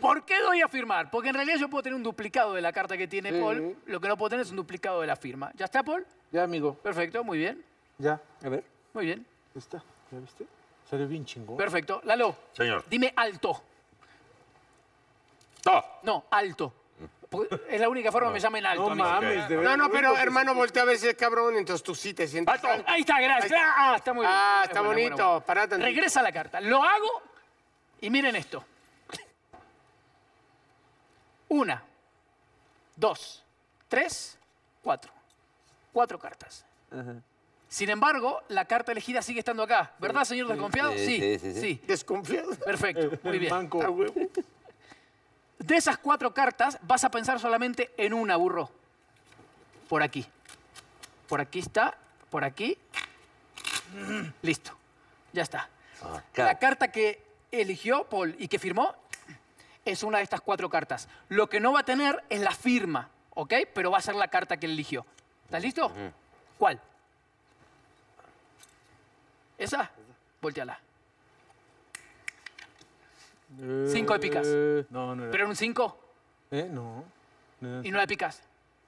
H: ¿Por qué doy a firmar? Porque en realidad yo puedo tener un duplicado de la carta que tiene Paul. Lo que no puedo tener es un duplicado de la firma. ¿Ya está, Paul?
C: Ya, amigo.
H: Perfecto, muy bien.
C: Ya.
E: A ver.
H: Muy bien.
C: Ya está. ¿Ya viste? Salió bien chingón.
H: Perfecto. Lalo,
B: Señor.
H: dime alto.
B: ¡No!
H: No, alto. Porque Es la única forma que me llamen alto.
C: no
H: amigo.
C: mames, de verdad.
A: No, no, pero hermano, voltea a ver si es cabrón, entonces tú sí te sientes.
H: Alto. Ahí está, gracias. Ah, está muy bien.
A: Ah,
H: Eh,
A: está
H: bueno,
A: bonito.
H: bueno, bueno.
A: Pará tantito.
H: Regresa la carta. Lo hago y miren esto. Una, dos, tres, cuatro. Cuatro cartas. Sin embargo, la carta elegida sigue estando acá. ¿Verdad, señor desconfiado?
D: Sí, sí, sí, sí.
H: sí.
A: Desconfiado.
H: Perfecto, muy bien.
C: Banco. Eh,
A: A huevo.
H: De esas cuatro cartas, vas a pensar solamente en una, burro. Por aquí. Por aquí está, por aquí. Listo. Ya está.
D: Ah,
H: La
D: claro.
H: carta que eligió Paul y que firmó es una de estas cuatro cartas. Lo que no va a tener es la firma, ¿ok? Pero va a ser la carta que él eligió. ¿Estás listo? ¿Cuál? ¿Esa? Volteala. Cinco de picas.
C: Eh, No, no era.
H: Pero en un 5
C: Eh, no.
H: y no la picas.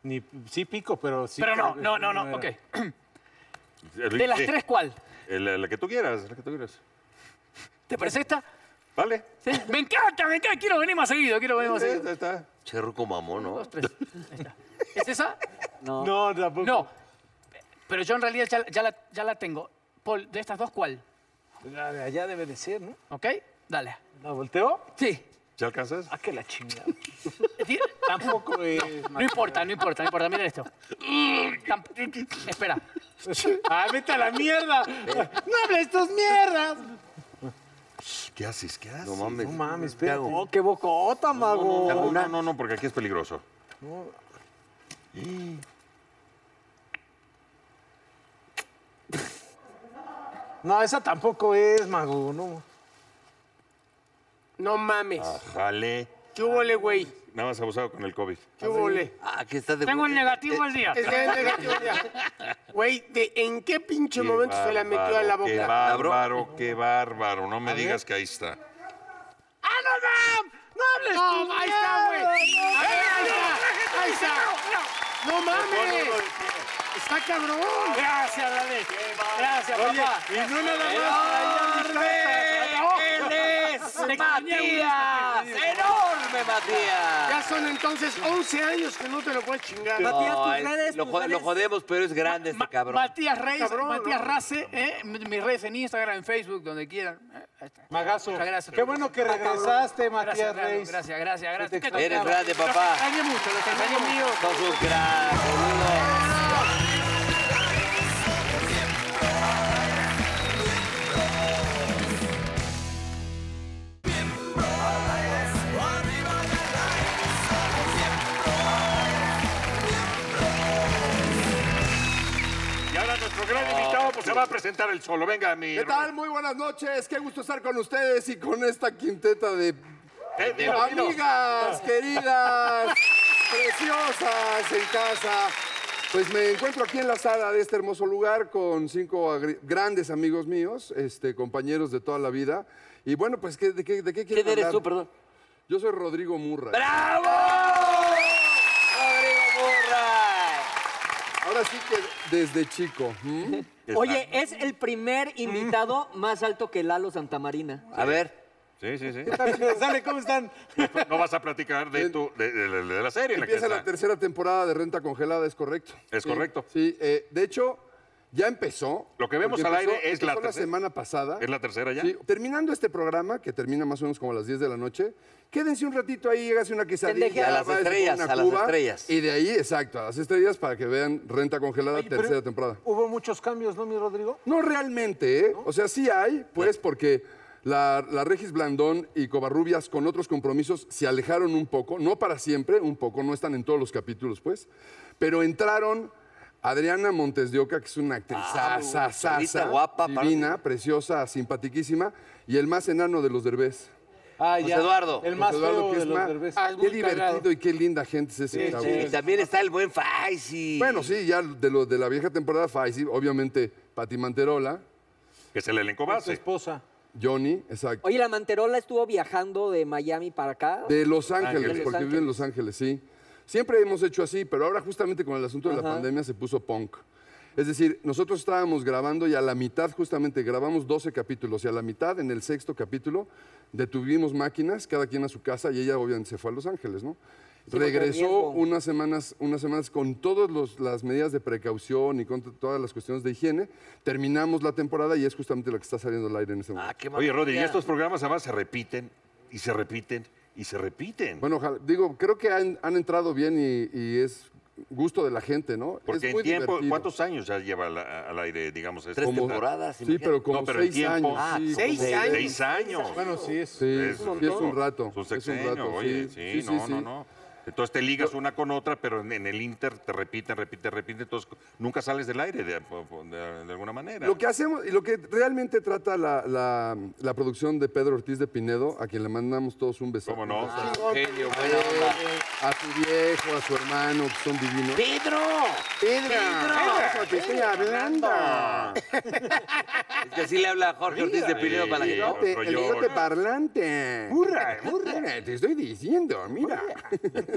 C: Ni, sí pico, pero sí.
H: Pero no, no, no, no, ok.
C: era.
H: De las tres, ¿cuál?
B: eh, La, la que tú quieras, la que tú quieras.
H: ¿Te parece esta?
B: ¿Vale?
H: Sí. Me encanta, me encanta. Quiero venir más seguido, quiero venir más
B: Sí,
H: seguido.
B: está, está.
D: Cherruco mamón, ¿no?
H: Dos, tres. Ahí está. ¿Es esa?
E: No.
C: No, tampoco.
H: No. Pero yo en realidad ya, ya la, ya la tengo. Paul, de estas dos, ¿cuál?
C: La de allá debe de ser, ¿no?
H: ¿Ok? Dale.
C: ¿La volteo?
H: Sí.
B: ¿Ya alcanzas?
C: Ah, que la chingada.
H: Di-
C: Tampoco es.
H: No importa, no importa, no importa. Miren esto. Tamp- Espera.
C: ¡Ah, vete a la mierda! ¡No hables tus mierdas!
B: ¿Qué haces? ¿Qué haces?
D: No mames.
C: No mames,
D: ¿Qué
C: espérate.
D: hago?
E: Oh, qué bocota, mago.
B: No, no, no, no, porque aquí es peligroso.
C: No, esa tampoco es, mago, no.
A: No mames.
B: Jale.
A: ¿Qué hubo, le, güey?
B: Nada más abusado con el COVID.
A: ¿Qué hubo, le?
D: Ah, que está de
H: Tengo el negativo al día.
A: Es de- negativo ya. Güey, ¿de ¿en qué pinche
B: Qué
A: momento se la metió a la
B: bárbaro, Qué
A: boca?
B: bárbaro, qué bárbaro. No me digas que ahí está.
A: ¡Ah, No, ahí está, güey. A ver, Ahí está, ahí está. No mames. Está cabrón.
H: Gracias, David. Gracias, papá.
C: Y no nada más.
H: Te extrañamos.
D: ¡Enorme, Matías!
A: Ya son entonces 11 años que no te lo puedes chingar.
E: Matías, tus
D: No, es-
E: redes,
D: lo,
E: tus
D: jo- lo
E: redes.
D: jodemos, pero es grande este
H: Ma-
D: cabrón.
H: Matías Reyes,
A: Cabrón,
H: Matías
A: ¿no?
H: Race, eh, mi- mis redes en Instagram, en Facebook, donde quieran. eh, ahí está.
C: Magazo.
H: Muchas gracias. Ah,
C: Qué bueno que regresaste, Matías
H: Gracias, Lalo,
C: Reyes.
H: gracias, gracias,
C: te
H: gracias. Qué
C: extrañaba.
H: tocado.
D: Eres grande, papá.
H: Los extrañé mucho, los extrañé mío.
D: Sos un crack, boludo.
B: Y ahora nuestro gran invitado pues, se va a presentar el solo. Venga, mi.
G: ¿Qué tal? Muy buenas noches. Qué gusto estar con ustedes y con esta quinteta de
B: Eh, dilo, dilo.
G: amigas queridas, preciosas en casa. Pues me encuentro aquí en la sala de este hermoso lugar con cinco agri- grandes amigos míos, este, compañeros de toda la vida. Y bueno, pues, ¿qué- ¿de qué, de qué quieren
D: ¿Quién eres
G: hablar?
D: tú, perdón?
G: Yo soy Rodrigo Murra.
D: ¡Bravo! ¡Rodrigo Murray!
G: Ahora sí que desde chico. ¿m?
E: Oye, es el primer invitado más alto que Lalo Santamarina.
D: A ver,
B: Sí, sí, sí.
C: Sale, ¿cómo están?
B: No vas a platicar de, tu, de, de- de la serie. en la que
G: Empieza la
B: está.
G: tercera temporada de Renta Congelada, es correcto.
B: Es
G: Sí,
B: correcto.
G: Sí, eh, de hecho, ya empezó.
B: Lo que vemos
G: porque
B: al aire
G: empezó-
B: es la
G: empezó
B: tercera.
G: semana pasada.
B: ¿Es la tercera ya?
G: Sí, terminando este programa, que termina más o menos como a las 10 de la noche, quédense un ratito ahí, hágase una quesadilla.
D: a
G: váyase
D: las
G: por
D: estrellas,
G: una
D: a las
G: cuba,
D: estrellas.
G: Y de ahí, exacto, a las estrellas para que vean Renta Congelada,
C: Oye, pero
G: tercera temporada.
C: Hubo muchos cambios, ¿no, mi Rodrigo?
G: No realmente, ¿eh? O sea, sí hay, pues, porque la, la Regis Blandón y Covarrubias con otros compromisos se alejaron un poco, no para siempre, un poco, no están en todos los capítulos, pues, pero entraron Adriana Montes de Oca, que es una actriz
D: Ah, chavita guapa,
G: divina, preciosa, simpatiquísima, y el más enano de los derbés.
C: Ah,
D: José Eduardo.
C: El más
G: José Eduardo
C: feo de los
G: Kiesma.
C: Derbez.
A: Ah, es muy
G: Qué divertido
A: cagado.
G: y qué linda gente es ese chavo.
D: y también está el buen Faisy.
G: Bueno, sí, ya de lo de la vieja temporada, Faisy, obviamente, Pati Manterola,
B: Que es el elenco
C: Su
G: pues,
B: base.
C: esposa.
G: Johnny, exacto.
E: Oye, la Manterola estuvo viajando de Miami para acá.
G: De Los Ángeles,
B: Ángeles.
G: porque vive en Los Ángeles, sí. Siempre hemos hecho así, pero ahora justamente con el asunto de la pandemia se puso punk. Es decir, nosotros estábamos grabando y a la mitad justamente grabamos 12 capítulos y a la mitad, en el sexto capítulo, detuvimos máquinas, cada quien a su casa y ella obviamente se fue a Los Ángeles, ¿no?
E: porque riesgo.
G: Regresó unas semanas, unas semanas con todas las medidas de precaución y con t- todas las cuestiones de higiene. Terminamos la temporada y es justamente la que está saliendo al aire en este momento.
D: Ah, qué
B: Oye, Rodri, y
D: maravilla.
B: estos programas además se repiten y se repiten y se repiten.
G: Bueno, ojalá- digo, creo que han, han entrado bien y, y es gusto de la gente, ¿no?
B: Porque
G: es
B: en tiempo,
G: divertido.
B: ¿cuántos años ya lleva al, al aire, digamos, este?
D: Tres temporadas.
G: Sí,
D: imagínate.
G: pero como
B: No, pero en
G: seis
B: tiempo.
G: años.
D: Ah,
G: sí,
A: seis
G: como-
A: años.
B: Seis años.
C: Bueno, sí, es.
G: Sí,
B: Es
G: sí,
B: un
G: es
B: montón.
G: un rato.
B: Es un
G: es un
B: sexenio,
G: rato,
B: oye,
G: sí,
B: sí,
G: sí,
B: no,
G: sí,
B: no,
G: sí.
B: no. Entonces te ligas una con otra, pero en, en el Inter te repiten, repiten, repiten, entonces nunca sales del aire de, de- de alguna manera.
G: Lo que hacemos y lo que realmente trata la, la- la producción de Pedro Ortiz de Pinedo, a quien le mandamos todos un beso.
B: ¿Cómo no?
D: Genio, buena onda.
G: A su viejo, a su hermano, que son divinos.
D: ¡Pedro!
G: ¡Pedro! ¡Eso te estoy hablando!
D: Es que así le habla Jorge Ortiz de Pinedo para la
B: Sí,
D: gente.
G: Te-
B: otro
G: ¡El
B: yo.
G: bigote parlante! ¡Burra, burra! Te estoy diciendo, mira.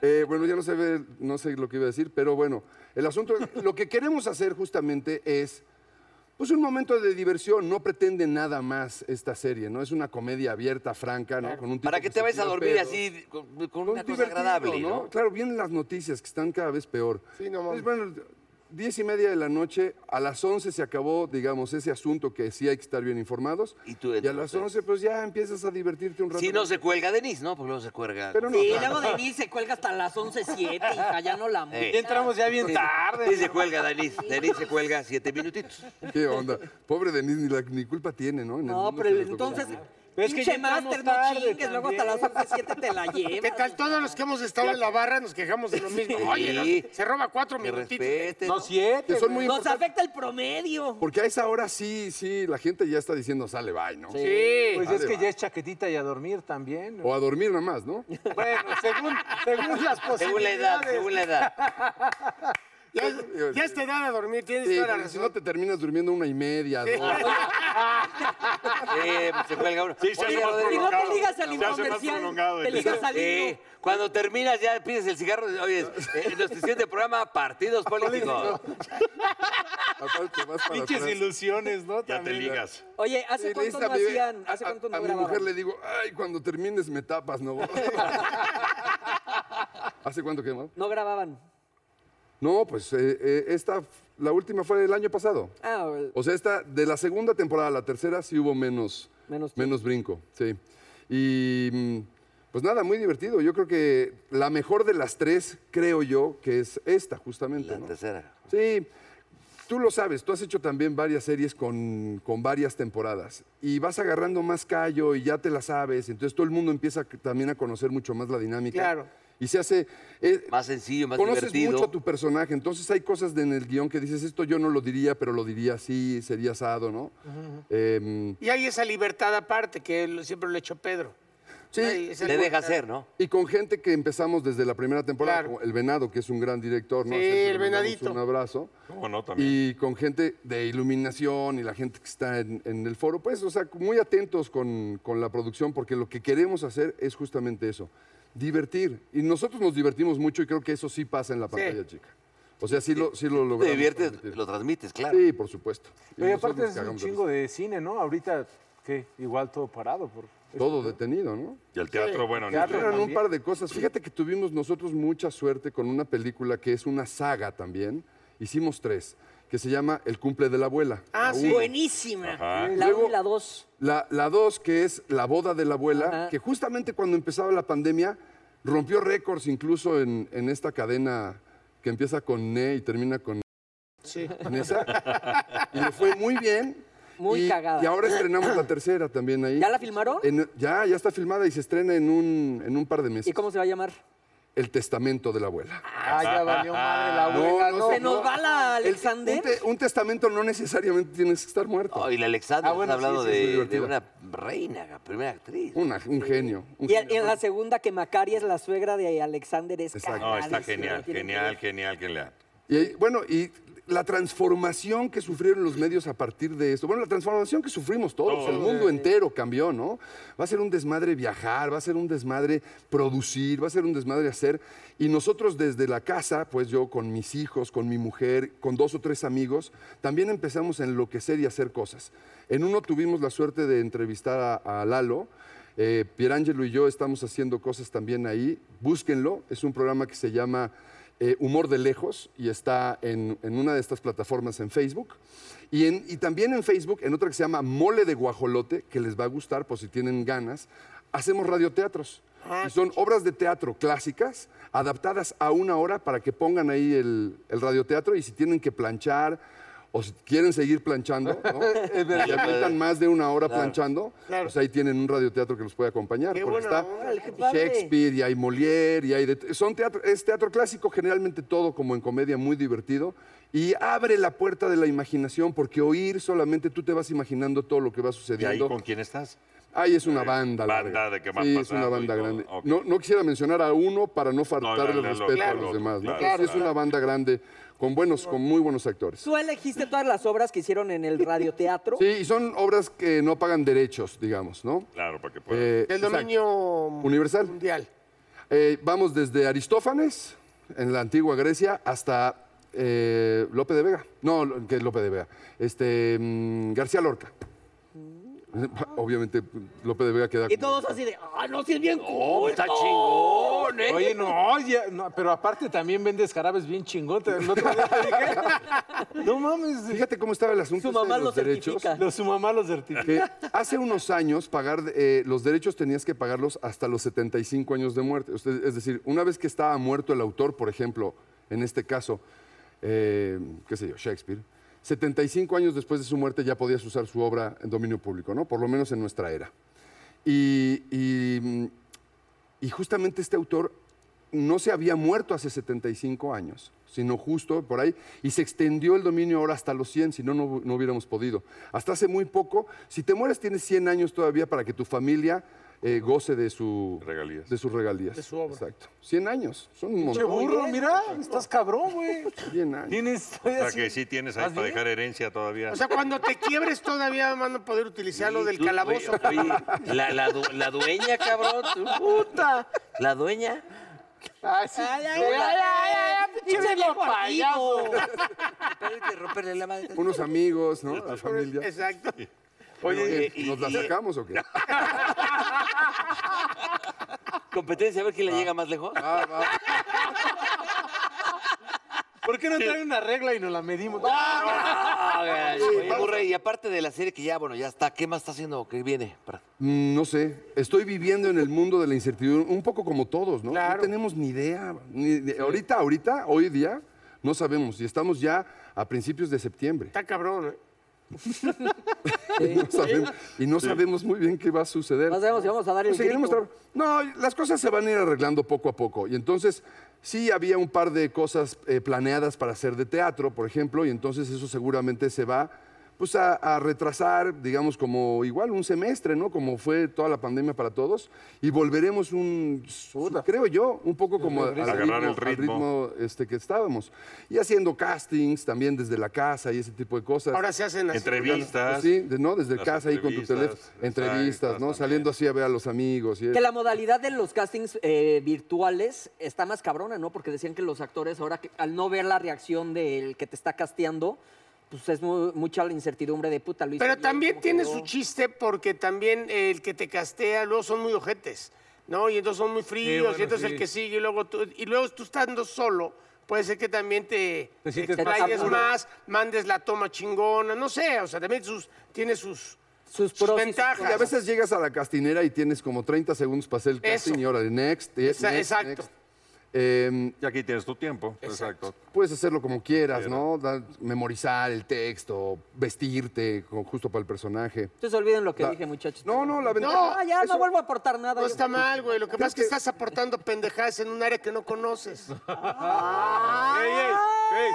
G: Eh, bueno, ya no sé, ver- no sé lo que iba a decir, pero bueno, el asunto, lo que queremos hacer justamente es, pues un momento de diversión, no pretende nada más esta serie, ¿no? Es una comedia abierta, franca, ¿no? Con un tipo
D: Para que
G: se
D: te vayas a
G: tira
D: dormir
G: pedo.
D: así, con, con
G: Con
D: una cosa
G: divertido,
D: agradable, ¿no?
G: Claro, vienen las noticias que están cada vez peor.
A: Sí, no mames.
G: Entonces, bueno, 10 y media de la noche, a las 11 se acabó, digamos, ese asunto que sí hay que estar bien informados.
D: Y tú
G: a las
D: entonces.
G: 11, pues ya empiezas a divertirte pues, un rato.
D: Si no se cuelga Denise, ¿no? Porque luego se cuelga.
G: Pero no.
E: Sí, luego Denise se cuelga hasta las 11.07, hija, ya no la
D: Eh.
C: Ya entramos ya bien tarde.
D: Sí se cuelga Denise. Denise se cuelga siete minutitos.
G: ¿Qué onda? Pobre Denise, ni, la, ni culpa tiene, ¿no? En el
E: No,
G: mundo
E: pero
G: que le tocó
E: entonces,
C: Pero es que
E: pinche
C: ya entramos
E: máster, no
C: tarde
E: chingues, luego hasta las 11.07 te la
A: ¿Qué
E: llevas.
A: tal? Todos los que hemos estado en la barra nos quejamos de lo mismo. Oye,
D: Sí.
A: no, se roba cuatro
D: Que
A: minutitos.
D: respete.
C: No,
D: ¿no?
G: Que
C: siete.
G: son muy
E: Nos
G: importantes.
E: afecta el promedio.
G: Porque a esa hora sí, sí, la gente ya está diciendo sale, bye, ¿no?
A: Sí.
C: Pues
G: Ah,
C: es
G: de
C: que
G: va.
C: ya es chaquetita y a dormir también.
H: Oh.
G: O a dormir nada más, ¿no?
C: Bueno, según, según las posibilidades.
D: Según la edad, según la edad.
A: Ya, ya es te da de dormir, tienes
G: Sí,
A: toda la
G: porque si no
A: razón.
G: te terminas durmiendo una y media, dos.
D: Sí, pues se cuelga uno.
B: Sí, se hace
D: Oye,
E: Y
B: más
D: Rodrigo,
E: no te
B: prolongado.
E: ligas al
B: Se hace más
E: infomercial,
B: prolongado
E: te
B: el-
E: ligas al
D: Sí,
E: himno.
D: cuando terminas ya pides el cigarro. Oye, eh, nos siguiente programa Partidos Políticos.
G: Aparte, vas para
C: Pinches
G: atrás.
C: ilusiones, ¿no?
B: Ya te
C: También.
B: ligas.
E: Oye,
G: Sí,
E: ¿hace
G: le
E: cuánto
G: dices a
E: no
G: mi-
E: hacían? ¿Hace
G: a-
E: cuánto no
G: A mi mujer
E: grababan?
G: le digo, ay, cuando termines me tapas, ¿no? ¿Hace cuánto que más?
E: No grababan.
G: No, pues eh, eh, esta, f- la última fue el año pasado.
E: Ah, bueno.
G: O sea, esta, de la segunda temporada a la tercera sí hubo menos,
E: Menos
G: menos,
E: tiempo.
G: brinco, sí. Y mm, pues nada, muy divertido. Yo creo que la mejor de las tres, creo yo, que es esta justamente.
D: La
G: ¿no?
D: tercera.
G: Sí, tú lo sabes, tú has hecho también varias series con, con varias temporadas y vas agarrando más callo y ya te la sabes, entonces todo el mundo empieza c- también a conocer mucho más la dinámica.
A: Claro.
G: Y se hace... eh,
D: Más sencillo, más
G: conoces
D: divertido.
G: mucho a tu personaje, entonces hay cosas de- en el guión que dices, esto yo no lo diría, pero lo diría así, sería asado, ¿no? Em,
A: Y hay esa libertad aparte que él siempre le echó Pedro.
G: sí,
A: Hay esa
D: Le deja
A: libertad.
D: hacer, ¿no?
G: Y con gente que empezamos desde la primera temporada,
A: Claro.
G: como El Venado, que es un gran director, ¿no?
A: Sí,
G: A Sergio
A: El
G: le mandamos
A: Venadito.
G: Un abrazo.
B: ¿Cómo no también?
G: Y con gente de iluminación y la gente que está en, en el foro, pues, o sea, muy atentos con, con la producción, porque lo que queremos hacer es justamente eso, divertir. Y nosotros nos divertimos mucho y creo que eso sí pasa en la pantalla, chica. O sea, sí lo, sí lo
D: Te
G: logramos.
D: diviertes,
G: transmitir.
D: lo transmites, claro.
G: Sí, por supuesto. Y
C: Pero
G: nosotros
C: aparte
G: nos
C: es un
G: cagamos de
C: chingo
G: risa.
C: de cine, ¿no? Ahorita, ¿qué? Igual todo parado. Por... este
G: Todo detenido, ¿no?
B: Y el teatro, bueno, ni
C: Teatro.
G: Eran un
C: también.
G: par de cosas. Fíjate que tuvimos nosotros mucha suerte con una película que es una saga también. Hicimos tres, que se llama El cumple de la abuela.
A: Ah,
G: La
A: sí.
G: uno.
E: Buenísima.
B: Ajá.
E: La 1 y la 2.
G: La, la dos, que es La boda de la abuela,
E: Ajá.
G: que justamente cuando empezaba la pandemia rompió récords incluso en, en esta cadena que empieza con Ne y termina con...
A: Sí.
G: en esa. Y le fue muy bien.
E: Muy
G: y,
E: cagada.
G: Y ahora estrenamos la tercera también ahí.
E: ¿Ya la filmaron?
G: En- ya, ya está filmada y se estrena en un, en un par de meses.
E: ¿Y cómo se va a llamar?
G: El testamento de la abuela.
C: Ah, ya valió madre la
G: abuela, no.
E: Ah, Se nos va la
G: El- un,
E: Alexander.
G: te- un testamento no necesariamente tienes que estar muerto.
D: Oh, y la Alexandra,
G: Ah, bueno,
D: está hablando
G: sí, sí, es muy
D: de, de
G: divertida.
D: una reina, la primera actriz.
G: Una- un genio. un
E: Y,
G: genio.
E: en la segunda, que Macaria es la suegra de Alexander. Es
G: Exacto.
B: No,
E: cagadísima,
B: está
E: tiene
B: genial,
E: que
B: genial,
E: ver.
B: genial, genial.
G: Y ahí- bueno, y la transformación que sufrieron los medios a partir de esto. Bueno, la transformación que sufrimos todos, el mundo entero cambió, ¿no? Va a ser un desmadre viajar, va a ser un desmadre producir, va a ser un desmadre hacer. Y nosotros desde la casa, pues yo con mis hijos, con mi mujer, con dos o tres amigos, también empezamos a enloquecer y hacer cosas. En uno tuvimos la suerte de entrevistar a, a Lalo. Eh, Pierangelo y yo estamos haciendo cosas también ahí. Búsquenlo. Es un programa que se llama eh, Humor de Lejos y está en, en una de estas plataformas en Facebook. Y, en- y también en Facebook, en otra que se llama Mole de Guajolote, que les va a gustar por si tienen ganas, hacemos radioteatros.
E: Ah,
G: Y son obras de teatro clásicas adaptadas a una hora para que pongan ahí el, el radioteatro y si tienen que planchar o si quieren seguir planchando, ¿no? y avientan más de una hora planchando, pues ahí tienen un radioteatro que los puede acompañar.
A: Qué
G: porque
A: buena
G: está
A: onda.
E: Qué padre.
G: Shakespeare y hay Molière y hay de- son teatro, es teatro clásico generalmente todo como en comedia muy divertido y abre la puerta de la imaginación porque oír solamente tú te vas imaginando todo lo que va
B: ¿Y ahí
G: sucediendo.
B: con quién estás?
G: Ahí es
E: Eh,
G: una banda.
B: Banda
G: larga.
B: de que van
G: Sí, es
B: pasando
G: una
B: y
G: banda
B: todo.
G: grande.
B: Ok.
G: No, no quisiera mencionar a uno para no
B: No,
G: faltarle
B: dale,
G: el
B: dale,
G: respeto
B: claro,
G: a los demás. ¿no?
B: claro,
G: Pero sí es
B: claro.
G: una banda grande con buenos, con muy buenos actores.
E: Tú elegiste todas las obras que hicieron en el radioteatro.
G: Sí, y son obras que no pagan derechos, digamos, ¿no?
B: Claro, para que pueda.
G: Eh,
A: El
G: exacto.
A: dominio
G: Universal.
A: mundial.
G: Eh, vamos desde Aristófanes, en la antigua Grecia, hasta eh, Lope de Vega. No, lo- que es Lope de Vega. Este, mm, García Lorca.
A: Mm.
G: Obviamente, Lope de Vega queda.
E: Y
G: como-
E: todos así de, ¡ah, no, si es bien
D: ¡Oh,
E: cool!
D: está chingón, eh!
E: ¿eh?
C: Oye, no, ya- no, pero aparte también vendes jarabes bien chingotes. El otro día te dije, no mames.
G: Fíjate cómo estaba el asunto
E: Su
G: este
E: mamá
G: de
E: lo
G: los derechos.
E: certifica.
C: Los, su mamá los certifica.
G: que hace unos años pagar eh, los derechos tenías que pagarlos hasta los 75 años de muerte. Usted- es decir, una vez que estaba muerto el autor, por ejemplo, en este caso, eh, qué sé yo, Shakespeare, 75 años después de su muerte ya podías usar su obra en dominio público, ¿no? Por lo menos en nuestra era. Y, y, mm, y justamente este autor no se había muerto hace 75 años, sino justo por ahí, y se extendió el dominio ahora hasta los 100, si no, no no hubiéramos podido. Hasta hace muy poco, si te mueres tienes 100 años todavía para que tu familia eh, goce de, su,
B: Regalías.
G: de sus regalías. De su obra. Exacto. 100 años, son un
C: Che
G: montón.
C: burro, mira, estás cabrón, güey.
G: 100 años.
C: Tienes.
B: O sea, que sí tienes ahí
C: ¿Más
B: para
C: bien?
B: dejar herencia todavía.
A: O sea, cuando te quiebres todavía van a poder utilizar lo del
D: Tú,
A: calabozo.
D: Oye, oye, la, la du- la dueña, cabrón. tú, puta. La dueña.
C: Ah,
F: Ay, ay, ay, ay, ay, pinche viejo amigo.
D: Espérate, romperle la madre.
G: Unos amigos, ¿no? La familia.
A: Exacto.
G: Oye,
D: y-
G: ¿nos la
D: y-
G: sacamos o qué?
D: Competencia, a ver quién le llega más lejos.
G: Ah, va.
C: ¿Por qué no trae una regla y nos la medimos?
A: Ah,
D: Oye, Murray, y aparte de la serie que ya, bueno, ya está, ¿qué más está haciendo? ¿Qué viene? Para-
G: Mm, No sé, estoy viviendo en el mundo de la incertidumbre, un poco como todos, ¿no? No tenemos ni idea. ni- ni- Ahorita, ahorita, hoy día, no sabemos. Y estamos ya a principios de septiembre.
A: Está cabrón. ¿eh?
G: No sabemos- y no sabemos muy bien qué va a suceder.
E: No sabemos si vamos a dar el
G: Pues seguiremos
E: grito.
G: traba- No, las cosas se van a ir arreglando poco a poco. Y entonces, sí había un par de cosas eh, planeadas para hacer de teatro, por ejemplo, y entonces eso seguramente se va pues, a, a retrasar, digamos, como igual un semestre, ¿no? Como fue toda la pandemia para todos. Y volveremos un, creo yo, un poco como al
B: Agarrar el
G: al
B: ritmo.
G: este, que estábamos. Y haciendo castings también desde la casa y ese tipo de cosas.
A: Ahora se hacen las
B: Entrevistas.
G: Pues sí, de- ¿no? Desde
B: Las
G: casa ahí con tu
B: entrevistas,
G: teléfono. Entrevistas, ¿no?
B: exactas
G: Saliendo así a ver a los amigos. Y
E: Que la modalidad de los castings eh, virtuales está más cabrona, ¿no? Porque decían que los actores ahora que- al no ver la reacción del que te está casteando, pues es mu- mucha la incertidumbre de puta, Luis.
A: Pero también tiene su chiste porque también el que te castea luego son muy ojetes, ¿no? Y entonces son muy fríos,
C: bueno,
A: y entonces
C: sí.
A: el que sigue y luego tú, y luego tú estando solo, puede ser que también te,
C: Te sientes
E: más
A: explayes
E: seguro.
A: más, mandes la toma chingona, no sé, o sea, también sus, tiene sus,
E: Sus
A: sus
E: pros y sus
A: ventajas.
G: Y a veces llegas a la castinera y tienes como 30 segundos para hacer el casting
A: Eso.
G: y ahora next, eh,
A: Esa-
G: next,
A: exacto.
G: next. Eh,
B: Y aquí tienes tu tiempo. Exacto.
G: puedes hacerlo como quieras, ¿no? Da- memorizar el texto, vestirte con- justo para el personaje.
E: Entonces olviden lo que
G: La-
E: dije, muchachos.
G: No, no, la ventaja.
E: Ah, ya
G: eso-
E: no vuelvo a aportar nada. yo.
A: No está mal, güey. Lo que pasa es que
G: que-
A: estás aportando pendejadas en un área que no conoces.
C: Ey, ey, ey.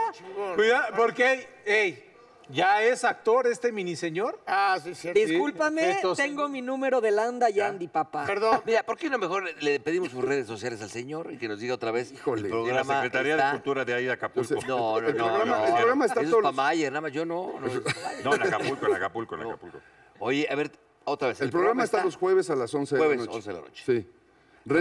C: Cuidado, porque, ey, ey, ya es actor este miniseñor.
A: Ah, sí, es cierto.
E: Discúlpame,
C: Entonces-
E: tengo mi número de Landa y Andy, papá.
A: Perdón.
D: Mira, ¿por qué no mejor le- le pedimos sus redes sociales al señor y que nos diga otra vez?
G: Híjole.
D: el
B: De la
D: programa
B: Secretaría
D: está-
B: de Cultura de ahí de Acapulco.
D: No, no, no.
G: El programa-
D: no.
G: el programa está
D: Eso es
G: todos
D: pa'
G: los-
D: Mayer, nada más yo no. no, es pa' Mayer.
B: No, en Acapulco, en Acapulco, en Acapulco.
D: Oye, a ver, otra vez.
G: El, programa está los jueves a las 11 de
D: Jueves,
G: la noche.
D: 11 de la noche.
G: Sí. Renta,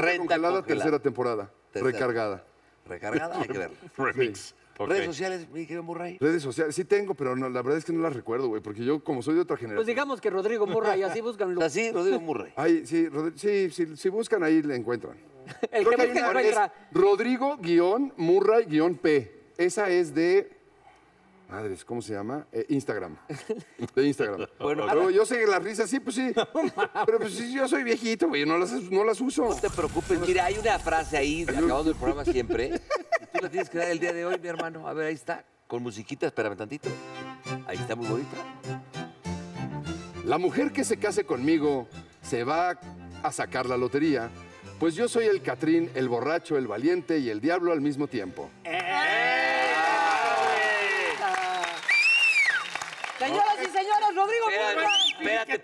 D: Renta
G: congelada,
D: congelada.
G: tercera temporada.
D: Tercera.
G: Recargada.
D: Recargada, hay que verlo.
B: Remix. Ok.
D: Redes sociales, mi querido Murray.
G: Redes sociales, sí tengo, pero no, la verdad es que no las recuerdo, güey, porque yo, como soy de otra generación.
E: Pues digamos que Rodrigo Murray, así búscanlo.
D: Así, Rodrigo Murray.
G: Ay, sí, Rodri- sí, sí, si buscan ahí le encuentran.
E: El
G: Creo
E: que
G: que hay
E: busca
G: una- es
E: encuentra.
G: Rodrigo-Murray-P. Esa es de. Madres, ¿cómo se llama? Eh, Instagram. De Instagram.
D: Bueno.
G: Luego, yo sé que las risas sí, pues sí. Pero pues sí, yo soy viejito, güey, no las, no las uso.
D: No te preocupes, mira, hay una frase ahí, acabando el programa siempre. y Tú la tienes que dar el día de hoy, mi hermano. A ver, ahí está, con musiquita, espérame tantito. Ahí está muy bonita.
G: La mujer que se case conmigo se va a sacar la lotería, pues yo soy el Catrín, el borracho, el valiente y el diablo al mismo tiempo.
E: Ah.
F: Señoras y señores, Rodrigo
D: Espérate,
F: Murray.
D: espérate,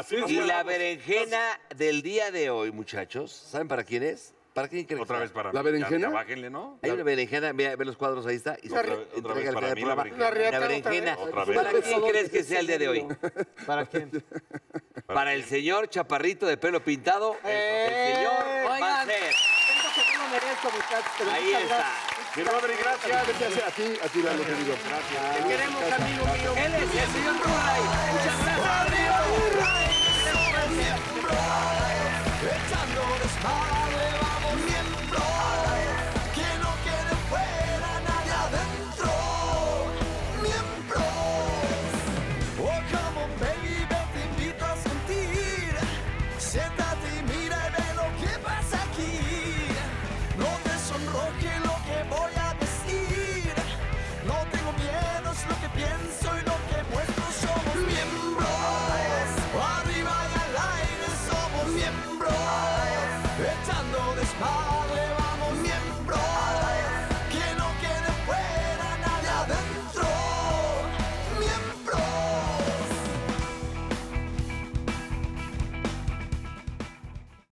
D: espérate. Y la berenjena del día de hoy, muchachos, ¿saben para quién es? ¿Para quién creen? que
B: Otra
D: sea?
B: vez para
G: ¿La
B: mí. Ya-
G: berenjena?
B: ya bájenle, ¿no?
D: Hay una berenjena, mira, ve los cuadros, ahí está. Y se
B: Otra vez- otra
D: entrega
B: vez
D: al
B: para
D: final
B: mí
D: del
B: la
D: programa.
A: berenjena.
D: La berenjena.
B: Otra vez.
D: ¿Para quién crees que sea el día de hoy?
C: ¿Para quién?
D: Para el señor chaparrito de pelo pintado, el señor va a
E: Oigan.
D: ser.
E: Siento que no lo merezco, muchachos, pero
D: Ahí
E: muchas
D: está.
E: gracias.
G: Mi Rodri, gracias. Gracias a ti, a ti, Lalo, querido.
A: Te queremos, amigo mío.
D: Él es el señor Murray. Muchas gracias.
I: Echando desmadre